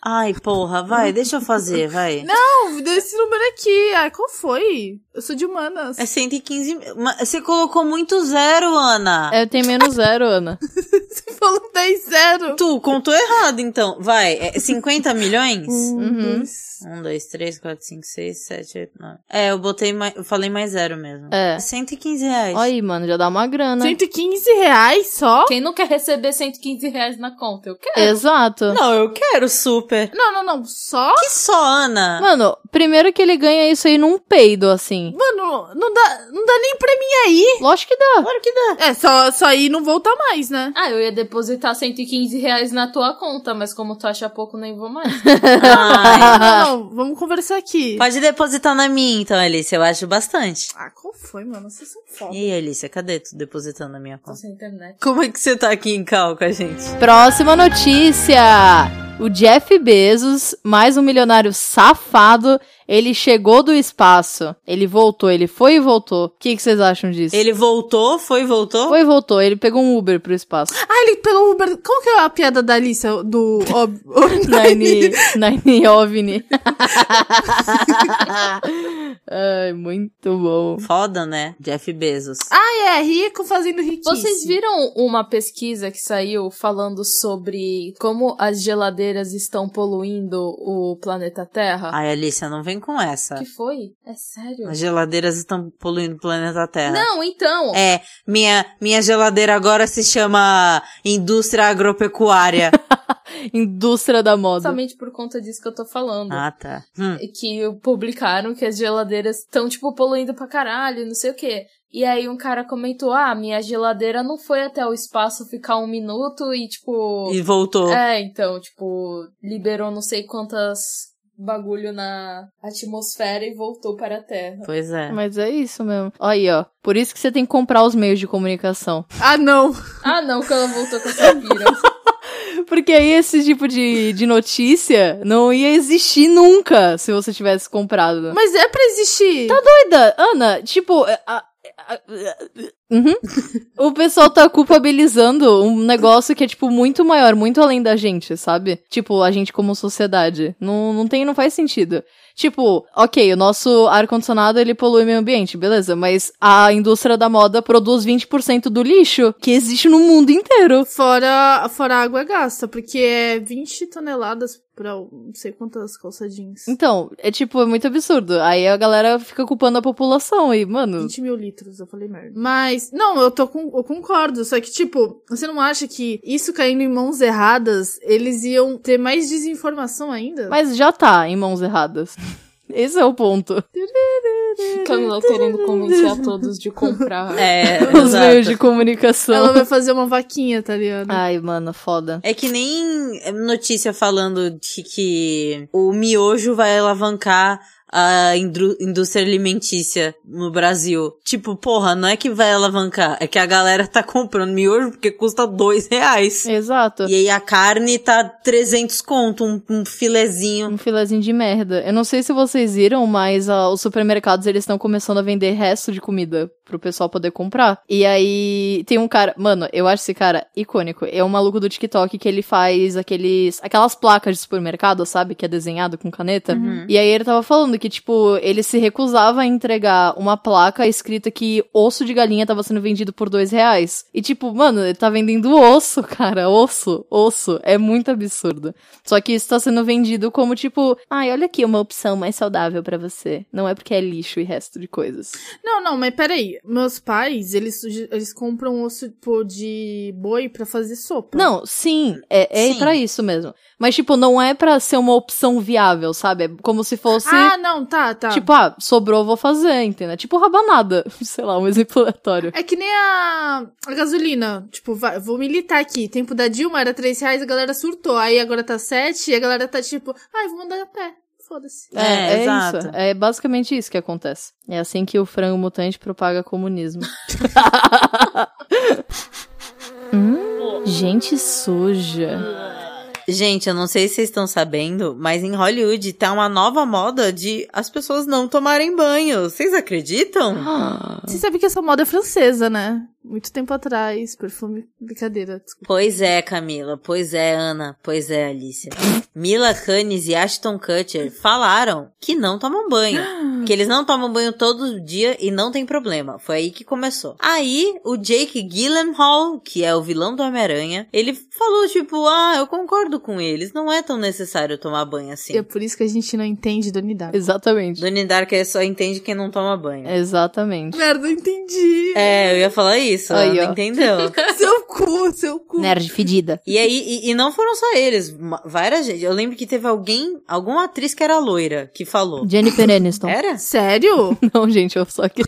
Speaker 5: Ai, porra, vai, deixa eu fazer, vai.
Speaker 2: Não, deu esse número aqui. Ai, qual foi? Eu sou de humanas.
Speaker 5: É 115 mil. Ma- Você colocou muito zero, Ana.
Speaker 3: É, tem menos zero, Ana.
Speaker 2: Você falou 10 zero.
Speaker 5: Tu contou errado, então. Vai, é 50 milhões?
Speaker 2: Um,
Speaker 3: Uhum.
Speaker 2: dois.
Speaker 5: Um, dois, três, quatro, cinco, seis, sete, oito, nove. É, eu botei mais. Eu falei mais zero mesmo.
Speaker 3: É.
Speaker 5: 115 reais.
Speaker 3: Olha aí, mano, já dá uma grana.
Speaker 2: 115 reais só?
Speaker 4: Quem não quer receber 115 reais na conta? Eu quero.
Speaker 3: Exato.
Speaker 5: Não, eu quero stripper?
Speaker 2: Não, não, não. Só.
Speaker 5: Que só, Ana?
Speaker 3: Mano, primeiro que ele ganha isso aí num peido, assim.
Speaker 2: Mano, não dá, não dá nem pra mim aí.
Speaker 3: Lógico que dá.
Speaker 5: Claro que dá.
Speaker 2: É, só, só ir e não voltar mais, né?
Speaker 4: Ah, eu ia depositar 115 reais na tua conta, mas como tu acha pouco, nem vou mais.
Speaker 5: Ai,
Speaker 2: Não, não, vamos conversar aqui.
Speaker 5: pode depositar na minha, então, Alice. Eu acho bastante.
Speaker 2: Ah, qual foi, mano? Vocês são foda.
Speaker 5: E aí, Alice, cadê tu depositando na minha
Speaker 4: Tô
Speaker 5: conta?
Speaker 4: sem internet.
Speaker 5: Como é que você tá aqui em cal com a gente?
Speaker 3: Próxima notícia. O Jeff Bezos, mais um milionário safado, ele chegou do espaço. Ele voltou, ele foi e voltou. O que, que vocês acham disso?
Speaker 5: Ele voltou, foi e voltou?
Speaker 3: foi e voltou, ele pegou um Uber pro espaço.
Speaker 2: Ah, ele pegou o Uber. Como que é a piada da Alice? Do. Ob...
Speaker 3: Nine, Nine OVNI. Ai, muito bom.
Speaker 5: Foda, né? Jeff Bezos.
Speaker 2: Ah, é, rico fazendo riquíssimo.
Speaker 4: Vocês viram uma pesquisa que saiu falando sobre como as geladeiras estão poluindo o planeta Terra?
Speaker 5: Ai, Alice, não vem com essa.
Speaker 4: que foi? É sério?
Speaker 5: As geladeiras estão poluindo o planeta Terra.
Speaker 4: Não, então.
Speaker 5: É, minha, minha geladeira agora se chama Indústria Agropecuária.
Speaker 3: Indústria da moda.
Speaker 4: Justamente por conta disso que eu tô falando.
Speaker 5: ah, tá. Hum.
Speaker 4: que publicaram que as geladeiras estão, tipo, poluindo pra caralho, não sei o quê. E aí um cara comentou, ah, minha geladeira não foi até o espaço ficar um minuto e, tipo...
Speaker 5: E voltou.
Speaker 4: É, então, tipo, liberou não sei quantas bagulho na atmosfera e voltou para a Terra.
Speaker 5: Pois é.
Speaker 3: Mas é isso mesmo. Aí, ó. Por isso que você tem que comprar os meios de comunicação.
Speaker 2: Ah, não.
Speaker 4: Ah, não, que ela voltou com essa vira.
Speaker 3: Porque aí esse tipo de, de notícia não ia existir nunca se você tivesse comprado.
Speaker 2: Mas é pra existir.
Speaker 3: Doida, Ana, tipo. a- a- a- Uhum. o pessoal tá culpabilizando um negócio que é, tipo, muito maior, muito além da gente, sabe? Tipo, a gente como sociedade. Não, não tem, não faz sentido. Tipo, ok, o nosso ar-condicionado ele polui o meio ambiente, beleza, mas a indústria da moda produz 20% do lixo que existe no mundo inteiro.
Speaker 2: Fora, fora a água gasta, porque é 20 toneladas pra um, não sei quantas calça jeans.
Speaker 3: Então, é tipo, é muito absurdo. Aí a galera fica culpando a população e, mano.
Speaker 2: 20 mil litros, eu falei merda. Mas, não, eu tô com, eu concordo, só que, tipo, você não acha que isso caindo em mãos erradas, eles iam ter mais desinformação ainda?
Speaker 3: Mas já tá em mãos erradas. Esse é o ponto.
Speaker 4: Camila tá querendo convencer a todos de comprar.
Speaker 5: É,
Speaker 3: Os meios
Speaker 5: exato.
Speaker 3: de comunicação.
Speaker 2: Ela vai fazer uma vaquinha, tá ligado?
Speaker 3: Ai, mano, foda.
Speaker 5: É que nem notícia falando de que o miojo vai alavancar a indru- indústria alimentícia no Brasil. Tipo, porra, não é que vai alavancar, é que a galera tá comprando miojo porque custa dois reais.
Speaker 3: Exato.
Speaker 5: E aí a carne tá 300 conto, um, um filezinho.
Speaker 3: Um filezinho de merda. Eu não sei se vocês viram, mas ah, os supermercados eles estão começando a vender resto de comida pro pessoal poder comprar. E aí tem um cara, mano, eu acho esse cara icônico. É um maluco do TikTok que ele faz aqueles, aquelas placas de supermercado, sabe, que é desenhado com caneta. E aí ele tava falando que tipo ele se recusava a entregar uma placa escrita que osso de galinha tava sendo vendido por dois reais. E tipo, mano, ele tá vendendo osso, cara, osso, osso. É muito absurdo. Só que isso tá sendo vendido como tipo, ai, olha aqui uma opção mais saudável pra você. Não é porque é lixo e resto de coisas.
Speaker 2: Não, não, mas peraí. Meus pais, eles, sugi- eles compram osso tipo, de boi pra fazer sopa.
Speaker 3: Não, sim, é, é
Speaker 5: Sim.
Speaker 3: para isso mesmo. Mas tipo, não é pra ser uma opção viável, sabe? É como se fosse
Speaker 2: Ah, não, tá, tá.
Speaker 3: tipo, ah, sobrou, vou fazer, entendeu? É Tipo rabanada, sei lá, um exemplo aleatório.
Speaker 2: É que nem a, a gasolina. Tipo, vai- vou militar aqui. Tempo da Dilma era 3 reais, a galera surtou. Aí agora tá 7 e a galera tá tipo, ai, vou andar a pé. Foda-se.
Speaker 5: É, exato.
Speaker 3: isso. É basicamente isso que acontece. É assim que o frango mutante propaga comunismo. Hum, gente suja.
Speaker 5: Gente, eu não sei se vocês estão sabendo, mas em Hollywood tá uma nova moda de as pessoas não tomarem banho. Vocês acreditam?
Speaker 3: Ah,
Speaker 2: Você sabe que essa moda é francesa, né? Muito tempo atrás, perfume, brincadeira. desculpa.
Speaker 5: Pois é, Camila. Pois é, Ana. Pois é, Alice. Mila Kunis e Ashton Kutcher falaram que não tomam banho. Que eles não tomam banho todo dia e não tem problema. Foi aí que começou. Aí, o Jake Gyllenhaal, que é o vilão do Homem-Aranha, ele falou, tipo, ah, eu concordo com eles. Não é tão necessário tomar banho assim.
Speaker 2: E é por isso que a gente não entende do unidade.
Speaker 3: Exatamente.
Speaker 8: É.
Speaker 5: Donnie Darko só entende quem não toma banho.
Speaker 4: é
Speaker 3: Exatamente.
Speaker 2: Merda, eu entendi.
Speaker 5: É, eu ia falar isso,
Speaker 8: Aí, ó.
Speaker 5: ela não entendeu.
Speaker 2: Seu cu, seu cu.
Speaker 5: Né?
Speaker 3: Nerd fedida.
Speaker 5: E aí, e, e não foram só eles, ma- várias gente. Eu lembro que teve alguém, alguma atriz que era loira, que falou.
Speaker 3: Jennifer Aniston.
Speaker 4: É.
Speaker 5: Era?
Speaker 2: Sério?
Speaker 3: Não, gente, eu só que.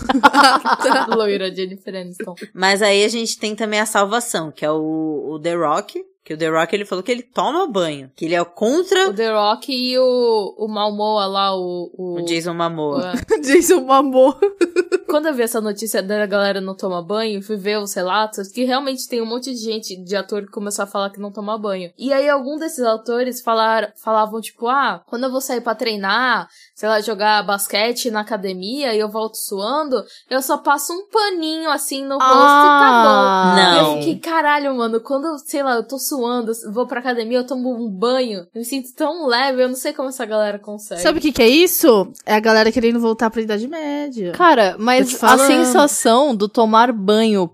Speaker 4: Loira Jennifer Aniston.
Speaker 5: Mas aí a gente tem também a salvação, que é o, o The Rock. Que o The Rock, ele falou que ele toma banho. Que ele é contra
Speaker 4: O The Rock e o, o Malmoa lá, o. o...
Speaker 5: o Jason Momoa.
Speaker 4: o-
Speaker 2: Jason Mamor.
Speaker 4: Quando eu vi essa notícia da galera não tomar banho, fui ver os relatos que realmente tem um monte de gente, de ator, que começou a falar que não toma banho. E aí algum desses atores falaram, falavam tipo, ah, quando eu vou sair pra treinar, sei lá, jogar basquete na academia e eu volto suando, eu só passo um paninho assim no rosto e tá bom.
Speaker 3: Ah!
Speaker 4: E eu
Speaker 5: Não.
Speaker 4: fiquei, caralho, mano, quando, eu, sei lá, eu tô suando, eu vou pra academia, eu tomo um banho, eu me sinto tão leve, eu não sei como essa galera consegue.
Speaker 2: Sabe o que, que é isso? É a galera querendo voltar pra Idade Média.
Speaker 3: Cara,
Speaker 2: Tô
Speaker 3: mas
Speaker 2: te
Speaker 3: a
Speaker 2: falando.
Speaker 4: né?
Speaker 3: sensação do tomar banho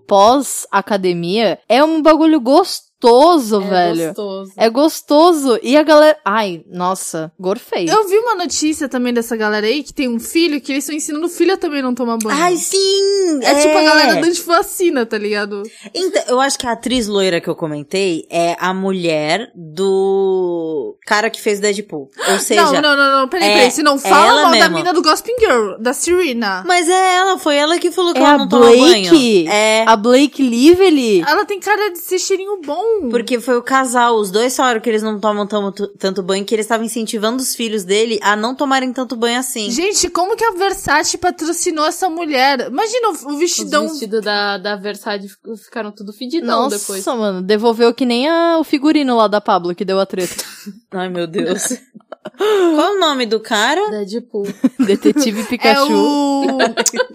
Speaker 3: pós-academia é um bagulho gostoso,
Speaker 4: é
Speaker 3: velho.
Speaker 4: gostoso.
Speaker 3: É gostoso. E a galera. Ai, nossa, gorfei.
Speaker 2: Eu vi uma notícia também dessa galera aí que tem um filho que eles estão ensinando o filho a também não tomar banho.
Speaker 5: Ai, sim!
Speaker 2: é, tipo a galera da antivacina, tá ligado?
Speaker 5: Então, eu acho que a atriz loira que eu comentei é a mulher do cara que fez Deadpool. Ou seja,
Speaker 2: não, não, não, não, peraí,
Speaker 5: é
Speaker 2: peraí. Se não fala
Speaker 5: ela
Speaker 2: mal da
Speaker 5: mesma.
Speaker 2: mina do Gossip Girl, da Serena.
Speaker 5: mas é ela, foi ela que falou que
Speaker 3: É
Speaker 5: ela
Speaker 3: a
Speaker 5: não toma
Speaker 3: Blake?
Speaker 5: banho. É,
Speaker 3: A Blake
Speaker 4: Ah,
Speaker 3: Lively.
Speaker 2: Ela tem cara de ser cheirinho bom.
Speaker 5: porque foi o casal, os dois falaram que eles não tomam tamo- t- tanto banho, que eles estavam incentivando os filhos dele a não tomarem tanto banho assim.
Speaker 2: Gente, como que a Versace patrocinou essa mulher? Imagina o- o vestidão.
Speaker 4: Os vestidos da, da Versace fic- ficaram tudo fedidão
Speaker 3: Nossa,
Speaker 4: depois.
Speaker 3: mano, devolveu que nem a- o figurino lá da Pablo que deu a treta.
Speaker 5: Ai, meu Deus. Qual o nome do cara?
Speaker 4: Deadpool.
Speaker 3: Detetive
Speaker 2: É
Speaker 3: Pikachu.
Speaker 2: o.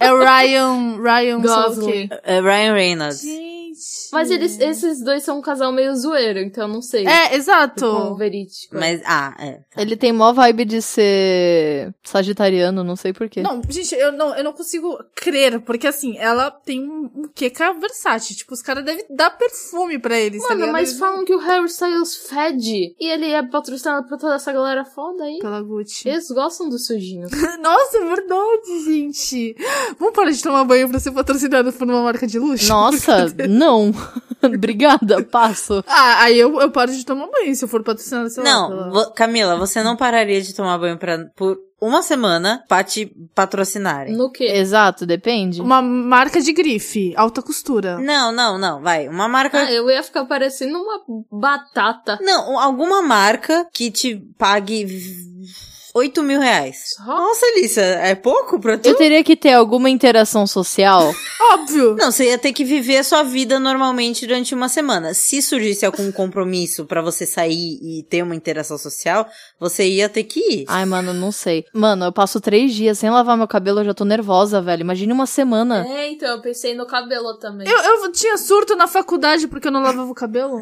Speaker 2: É o Ryan. Ryan sabe o quê?
Speaker 4: Gosling.
Speaker 5: É Ryan Reynolds.
Speaker 2: Gente.
Speaker 4: Mas eles, esses dois são um casal meio zoeiro, então não sei.
Speaker 2: É,
Speaker 4: Quão
Speaker 2: exato.
Speaker 4: verídico. é.
Speaker 5: Mas, ah, é.
Speaker 3: Ele tem mó vibe de ser sagitariano, não sei porquê.
Speaker 2: Não, gente, eu não, eu não consigo crer, porque assim, ela tem um, um quê que é a Versace. Tipo, os caras devem dar perfume pra eles, tá
Speaker 4: Mano,
Speaker 2: ligado?
Speaker 4: mas
Speaker 2: Eles
Speaker 4: falam que o Harry Styles fede. E ele é patrocinado por toda essa galera foda aí.
Speaker 2: vão Pela Gucci.
Speaker 4: Eles gostam dos sujinhos.
Speaker 2: Nossa, é verdade, gente. Vamos parar de tomar banho pra ser patrocinado por uma marca de luxo?
Speaker 3: Nossa, não. Obrigada, passo.
Speaker 2: Ah, aí eu, eu paro de tomar banho se eu for patrocinado, sei lá.
Speaker 5: Não,
Speaker 2: pela-
Speaker 5: vo- Camila, você não pararia de tomar banho pra, por uma semana pra te patrocinarem.
Speaker 4: No quê?
Speaker 3: Exato, depende.
Speaker 2: Uma marca de grife, alta costura.
Speaker 5: Não, não, não, vai. Uma marca.
Speaker 4: Ah, eu ia ficar parecendo uma batata.
Speaker 5: Não, um, alguma marca que te pague 8 mil reais.
Speaker 4: Só?
Speaker 5: Nossa, Elissa, é pouco pra tu?
Speaker 3: Eu teria que ter alguma interação social.
Speaker 2: Óbvio!
Speaker 5: Não, você ia ter que viver a sua vida normalmente durante uma semana. Se surgisse algum compromisso pra você sair e ter uma interação social, você ia ter que ir.
Speaker 3: Ai, mano, não sei. Mano, eu passo três dias sem lavar meu cabelo, eu já tô nervosa, velho. Imagine uma semana.
Speaker 4: É, então, eu pensei no cabelo também.
Speaker 2: Eu, eu tinha surto na faculdade porque eu não lavava o cabelo.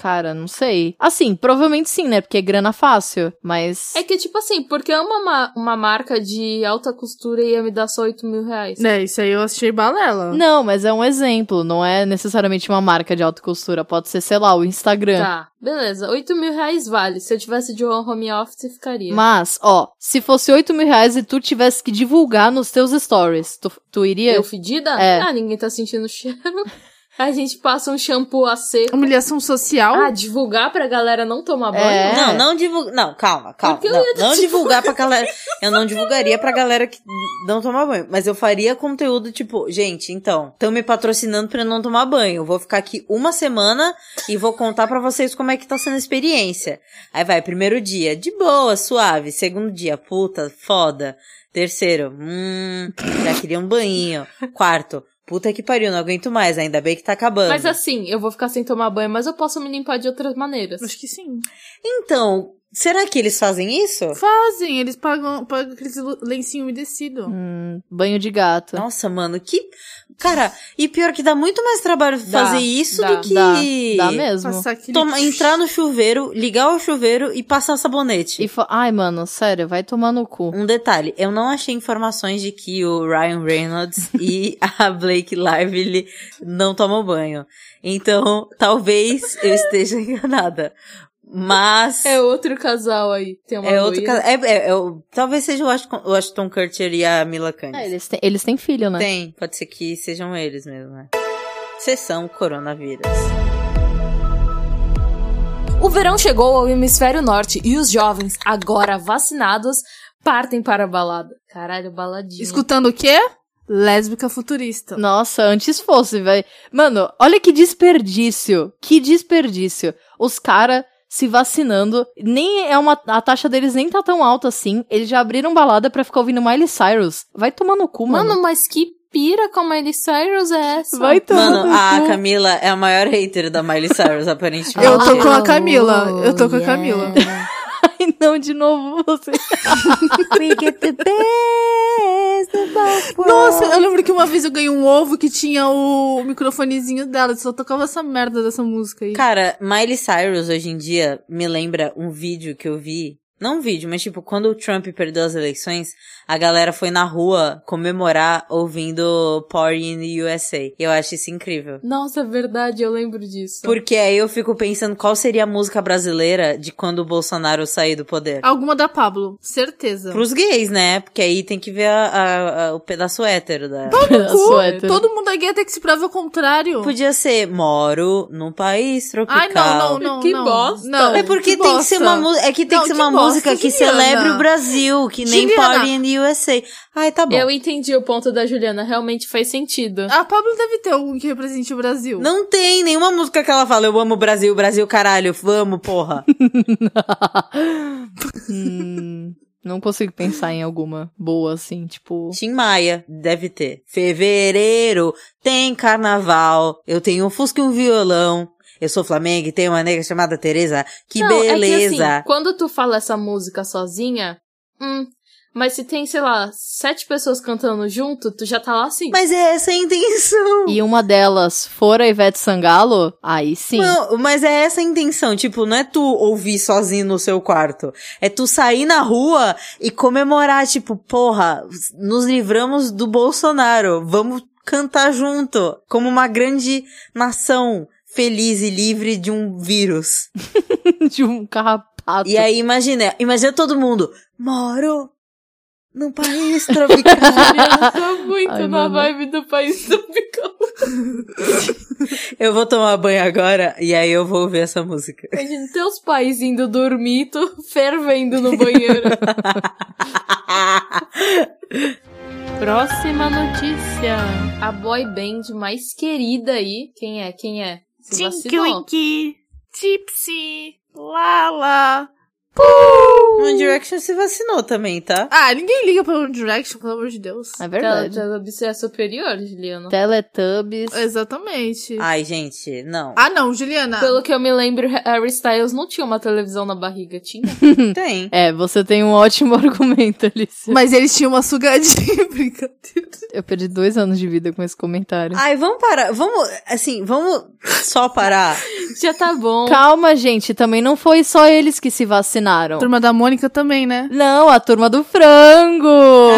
Speaker 3: Cara, não sei. Assim, provavelmente sim, né? Porque é grana fácil. Mas.
Speaker 4: É que, tipo assim, porque uma, ma- uma marca de alta costura ia me dar só 8 mil reais.
Speaker 2: É, isso aí eu achei balela.
Speaker 3: Não, mas é um exemplo. Não é necessariamente uma marca de alta costura. Pode ser, sei lá, o Instagram.
Speaker 4: Tá, beleza. 8 mil reais vale. Se eu tivesse de home office, ficaria.
Speaker 3: Mas, ó, se fosse 8 mil reais e tu tivesse que divulgar nos teus stories, tu, tu iria.
Speaker 4: Eu fedida?
Speaker 3: É.
Speaker 4: Ah, ninguém tá sentindo o cheiro. A gente passa um shampoo a seco.
Speaker 2: Humilhação social?
Speaker 4: Ah, divulgar pra galera não tomar banho?
Speaker 3: É.
Speaker 5: Não, não divulga. Não, calma, calma.
Speaker 4: Porque eu
Speaker 5: Não,
Speaker 4: ia
Speaker 5: não
Speaker 4: te-
Speaker 5: divulgar pra galera. Eu não divulgaria pra galera que não toma banho. Mas eu faria conteúdo tipo, gente, então, estão me patrocinando pra eu não tomar banho. Eu vou ficar aqui uma semana e vou contar pra vocês como é que tá sendo a experiência. Aí vai, primeiro dia, de boa, suave. Segundo dia, puta, foda. Terceiro, hum, já queria um banhinho. Quarto, puta que pariu, não aguento mais, ainda bem que tá acabando.
Speaker 4: Mas assim, eu vou ficar sem tomar banho, mas eu posso me limpar de outras maneiras.
Speaker 2: Acho que sim.
Speaker 5: Então, será que eles fazem isso?
Speaker 2: Fazem, eles pagam, pagam aqueles lencinho umedecido.
Speaker 3: Hum, banho de gato.
Speaker 5: Nossa, mano, que. Cara, e pior que dá muito mais trabalho
Speaker 4: Dá,
Speaker 5: fazer isso
Speaker 4: dá,
Speaker 5: do que.
Speaker 3: Dá, dá mesmo.
Speaker 2: Passar aquele...
Speaker 5: Toma- entrar no chuveiro, ligar o chuveiro e passar sabonete.
Speaker 3: E fa- Ai, mano, sério, vai tomar no cu.
Speaker 5: Um detalhe, eu não achei informações de que o Ryan Reynolds e a Blake Lively não tomam banho. Então, talvez eu esteja enganada. Mas.
Speaker 4: É outro casal aí. Tem uma
Speaker 5: É outro
Speaker 4: loira.
Speaker 5: caso. É, é- é o- talvez seja o Ashton, o Ashton Kutcher e a Mila Kunis.
Speaker 3: É, eles, têm, eles têm filho, né?
Speaker 5: Tem, pode ser que sejam eles mesmo, né? Sessão coronavírus.
Speaker 4: O verão chegou ao hemisfério norte e os jovens, agora vacinados, partem para a balada. Caralho, baladinha.
Speaker 2: Escutando o quê? Lésbica futurista.
Speaker 3: Nossa, antes fosse, velho. Mano, olha que desperdício. Que desperdício. Os caras se vacinando, nem é uma a taxa deles nem tá tão alta assim. Eles já abriram balada pra ficar ouvindo Miley Cyrus. Vai tomar no cu, mano.
Speaker 4: Mano, mas que pira com a Miley Cyrus é essa?
Speaker 3: Vai tomar
Speaker 5: Mano,
Speaker 3: no
Speaker 5: a
Speaker 3: cu.
Speaker 5: Camila é a maior hater da Miley Cyrus, aparentemente.
Speaker 2: Eu tô com a Camila. Eu tô com a Camila.
Speaker 3: Ai, não, de novo você.
Speaker 2: Nossa, eu lembro que uma vez eu ganhei um ovo que tinha o microfonezinho dela, só tocava essa merda dessa música aí.
Speaker 5: Cara, Miley Cyrus hoje em dia me lembra um vídeo que eu vi. Não um vídeo, mas tipo, quando o Trump perdeu as eleições, a galera foi na rua comemorar ouvindo Party in the USA. E eu acho isso incrível.
Speaker 4: Nossa, é verdade, eu lembro disso.
Speaker 5: Porque aí eu fico pensando qual seria a música brasileira de quando o Bolsonaro sair do poder.
Speaker 2: Alguma da Pablo, certeza.
Speaker 5: Pros gays, né? Porque aí tem que ver a- a- a- o pedaço hétero da.
Speaker 3: Pedaço
Speaker 2: Cu,
Speaker 3: hétero.
Speaker 2: Todo mundo aqui até que se prova o contrário.
Speaker 5: Podia ser Moro num país tropical.
Speaker 2: Ai, não, não, não.
Speaker 4: Que
Speaker 2: não.
Speaker 4: bosta.
Speaker 2: Não,
Speaker 5: É porque tem que ser
Speaker 2: bosta.
Speaker 5: uma mu- é que tem
Speaker 2: Não,
Speaker 5: que ser
Speaker 2: que
Speaker 5: uma
Speaker 2: bosta,
Speaker 5: música que
Speaker 2: Juliana.
Speaker 5: celebre o Brasil, que nem
Speaker 2: Juliana.
Speaker 5: Party in the USA. Ai, tá bom.
Speaker 4: Eu entendi o ponto da Juliana, realmente faz sentido.
Speaker 5: Ah,
Speaker 2: A Pablo deve ter algum que represente o Brasil.
Speaker 5: Não tem nenhuma música que ela fala eu amo o Brasil, Brasil caralho, vamos, porra.
Speaker 3: Hum, não consigo pensar em alguma boa assim, tipo.
Speaker 5: Tim Maia deve ter. Fevereiro tem carnaval, eu tenho um fusca e um violão. Eu sou Flamengo e tenho uma negra chamada Teresa. Que
Speaker 4: Não, É que,
Speaker 5: beleza.
Speaker 4: assim, quando tu fala essa música sozinha, hum, mas se tem, sei lá, sete pessoas cantando junto, tu já tá lá assim.
Speaker 5: Mas é essa a intenção.
Speaker 3: E uma delas for a Ivete Sangalo, aí sim.
Speaker 5: Não, mas é essa a intenção. Tipo, não é tu ouvir sozinho no seu quarto. É tu sair na rua e comemorar. Tipo, porra, nos livramos do Bolsonaro. Vamos cantar junto. Como uma grande nação feliz e livre de um vírus.
Speaker 3: de um carrapato.
Speaker 5: E aí, imagina, imagina todo mundo. Moro num país tropical.
Speaker 4: Eu tô muito
Speaker 3: Ai,
Speaker 4: na
Speaker 3: mano.
Speaker 4: vibe do país tropical.
Speaker 5: eu vou tomar banho agora e aí eu vou ouvir essa música.
Speaker 4: Imagina teus pais indo dormir, tu fervendo no banheiro. Próxima notícia. A boy band mais querida aí. Quem é? Quem é? Se vacinou. tá
Speaker 2: Tinkwinky, Tipsy, Lala.
Speaker 5: One Direction se vacinou também, tá?
Speaker 2: Ah, ninguém liga pra One Direction, pelo amor de Deus.
Speaker 3: É
Speaker 5: Ah,
Speaker 4: Ela
Speaker 3: verdade.
Speaker 4: deve ser superior, Juliana.
Speaker 3: Teletubbies.
Speaker 2: Exatamente.
Speaker 5: Ai, gente, não.
Speaker 2: Ah, não, Juliana.
Speaker 4: Pelo que eu me lembro, Harry Styles não tinha uma televisão na barriga, tinha?
Speaker 5: Tem.
Speaker 3: É, você tem um ótimo argumento, Alice.
Speaker 2: Mas eles tinham uma sugadinha, brincadeira.
Speaker 3: Eu perdi dois anos de vida com esse comentário.
Speaker 5: Ai, vamos parar. Vamos, assim, vamos só parar.
Speaker 4: Já tá bom.
Speaker 3: Calma, gente, também não foi só eles que se vacinaram.
Speaker 2: Turma da Mônica também, né?
Speaker 3: Não, a turma do frango!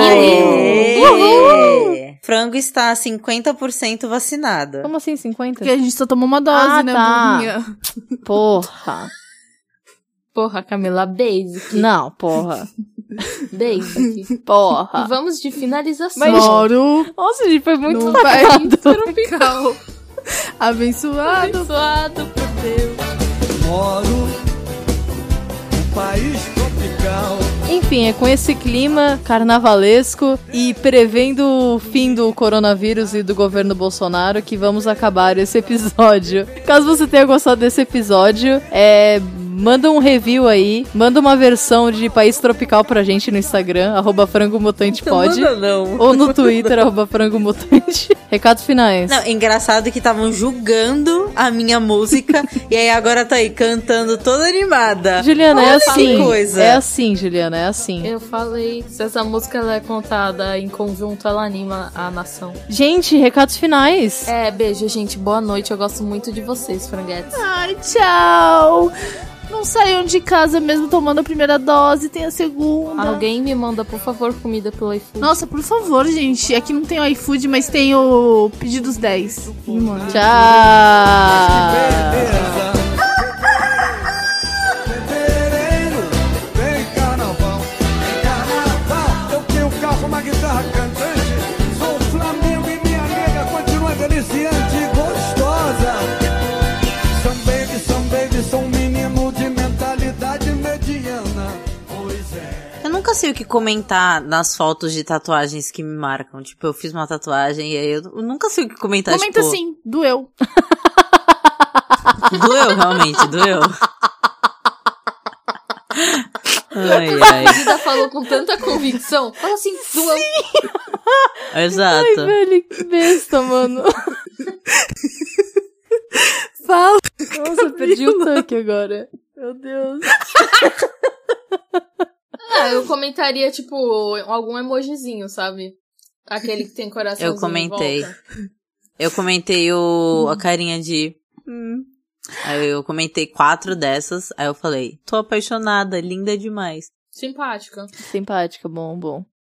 Speaker 5: Aê! Frango está 50% vacinado.
Speaker 3: Como assim,
Speaker 5: Tá.
Speaker 3: 50?
Speaker 2: Porque a gente só tomou uma dose,
Speaker 3: Ah,
Speaker 2: né,
Speaker 3: tá.
Speaker 2: burrinha?
Speaker 3: Porra!
Speaker 4: Porra, Camila, basic.
Speaker 3: Não, porra.
Speaker 4: Basic. E
Speaker 3: Porra.
Speaker 4: vamos de finalização.
Speaker 3: Tá. Mas-
Speaker 2: Moro
Speaker 3: Nossa, gente, foi muito
Speaker 2: num país
Speaker 3: lacrado.
Speaker 2: tropical. Abençoado.
Speaker 4: Abençoado por Deus.
Speaker 9: Moro num país tropical.
Speaker 3: Enfim, é com esse clima carnavalesco e prevendo o fim do coronavírus e do governo Bolsonaro que vamos acabar esse episódio. Caso você tenha gostado desse episódio, é. Manda um review aí, manda uma versão de País Tropical pra gente no Instagram, arroba
Speaker 2: Então
Speaker 3: frangomutantepod,
Speaker 5: Não, não.
Speaker 3: ou no Twitter, arroba frangomutante. Recados finais.
Speaker 5: Não, engraçado que estavam julgando a minha música e aí agora tá aí cantando toda animada.
Speaker 3: Juliana, é
Speaker 5: Olha que
Speaker 3: assim.
Speaker 5: coisa.
Speaker 3: É assim, Juliana, é assim.
Speaker 4: Eu falei, se essa música ela é contada em conjunto, ela anima a nação.
Speaker 3: Gente, recados finais.
Speaker 4: É, beijo, gente. Boa noite. Eu gosto muito de vocês, franguetes.
Speaker 2: Ai, tchau. Não saiam de casa mesmo tomando a primeira dose, tem a segunda.
Speaker 4: Alguém me manda, por favor, comida pelo iFood.
Speaker 2: Nossa, por favor, gente. Aqui não tem o iFood, mas tem o Pedidos 10. Me manda.
Speaker 3: Tchau.
Speaker 9: Beleza. Fevereiro tem carnaval. Tem carnaval. Eu tenho um carro, uma guitarra cantante. Sou Flamengo e minha nega continua deliciante e gostosa. um é.
Speaker 5: nunca sei o que comentar nas fotos de tatuagens que me marcam. Tipo, eu fiz uma tatuagem e aí eu, eu nunca sei o que comentar.
Speaker 2: Comenta
Speaker 5: tipo,
Speaker 2: assim, doeu.
Speaker 5: Doeu, realmente, doeu. Ai,
Speaker 4: A Dida falou com tanta convicção. Fala assim, doeu.
Speaker 5: ai.
Speaker 3: Ai,
Speaker 5: Exato.
Speaker 3: velho, que besta, mano.
Speaker 2: Fala.
Speaker 3: Nossa, eu perdi o tanque agora. Meu Deus.
Speaker 4: Ah, eu comentaria, tipo, algum emojizinho, sabe? Aquele que tem coração.
Speaker 5: Eu comentei. Eu comentei o, a carinha de. "Hum". Aí eu comentei quatro dessas. Aí eu falei, tô apaixonada, linda demais.
Speaker 4: Simpática.
Speaker 3: Simpática, bom, bom.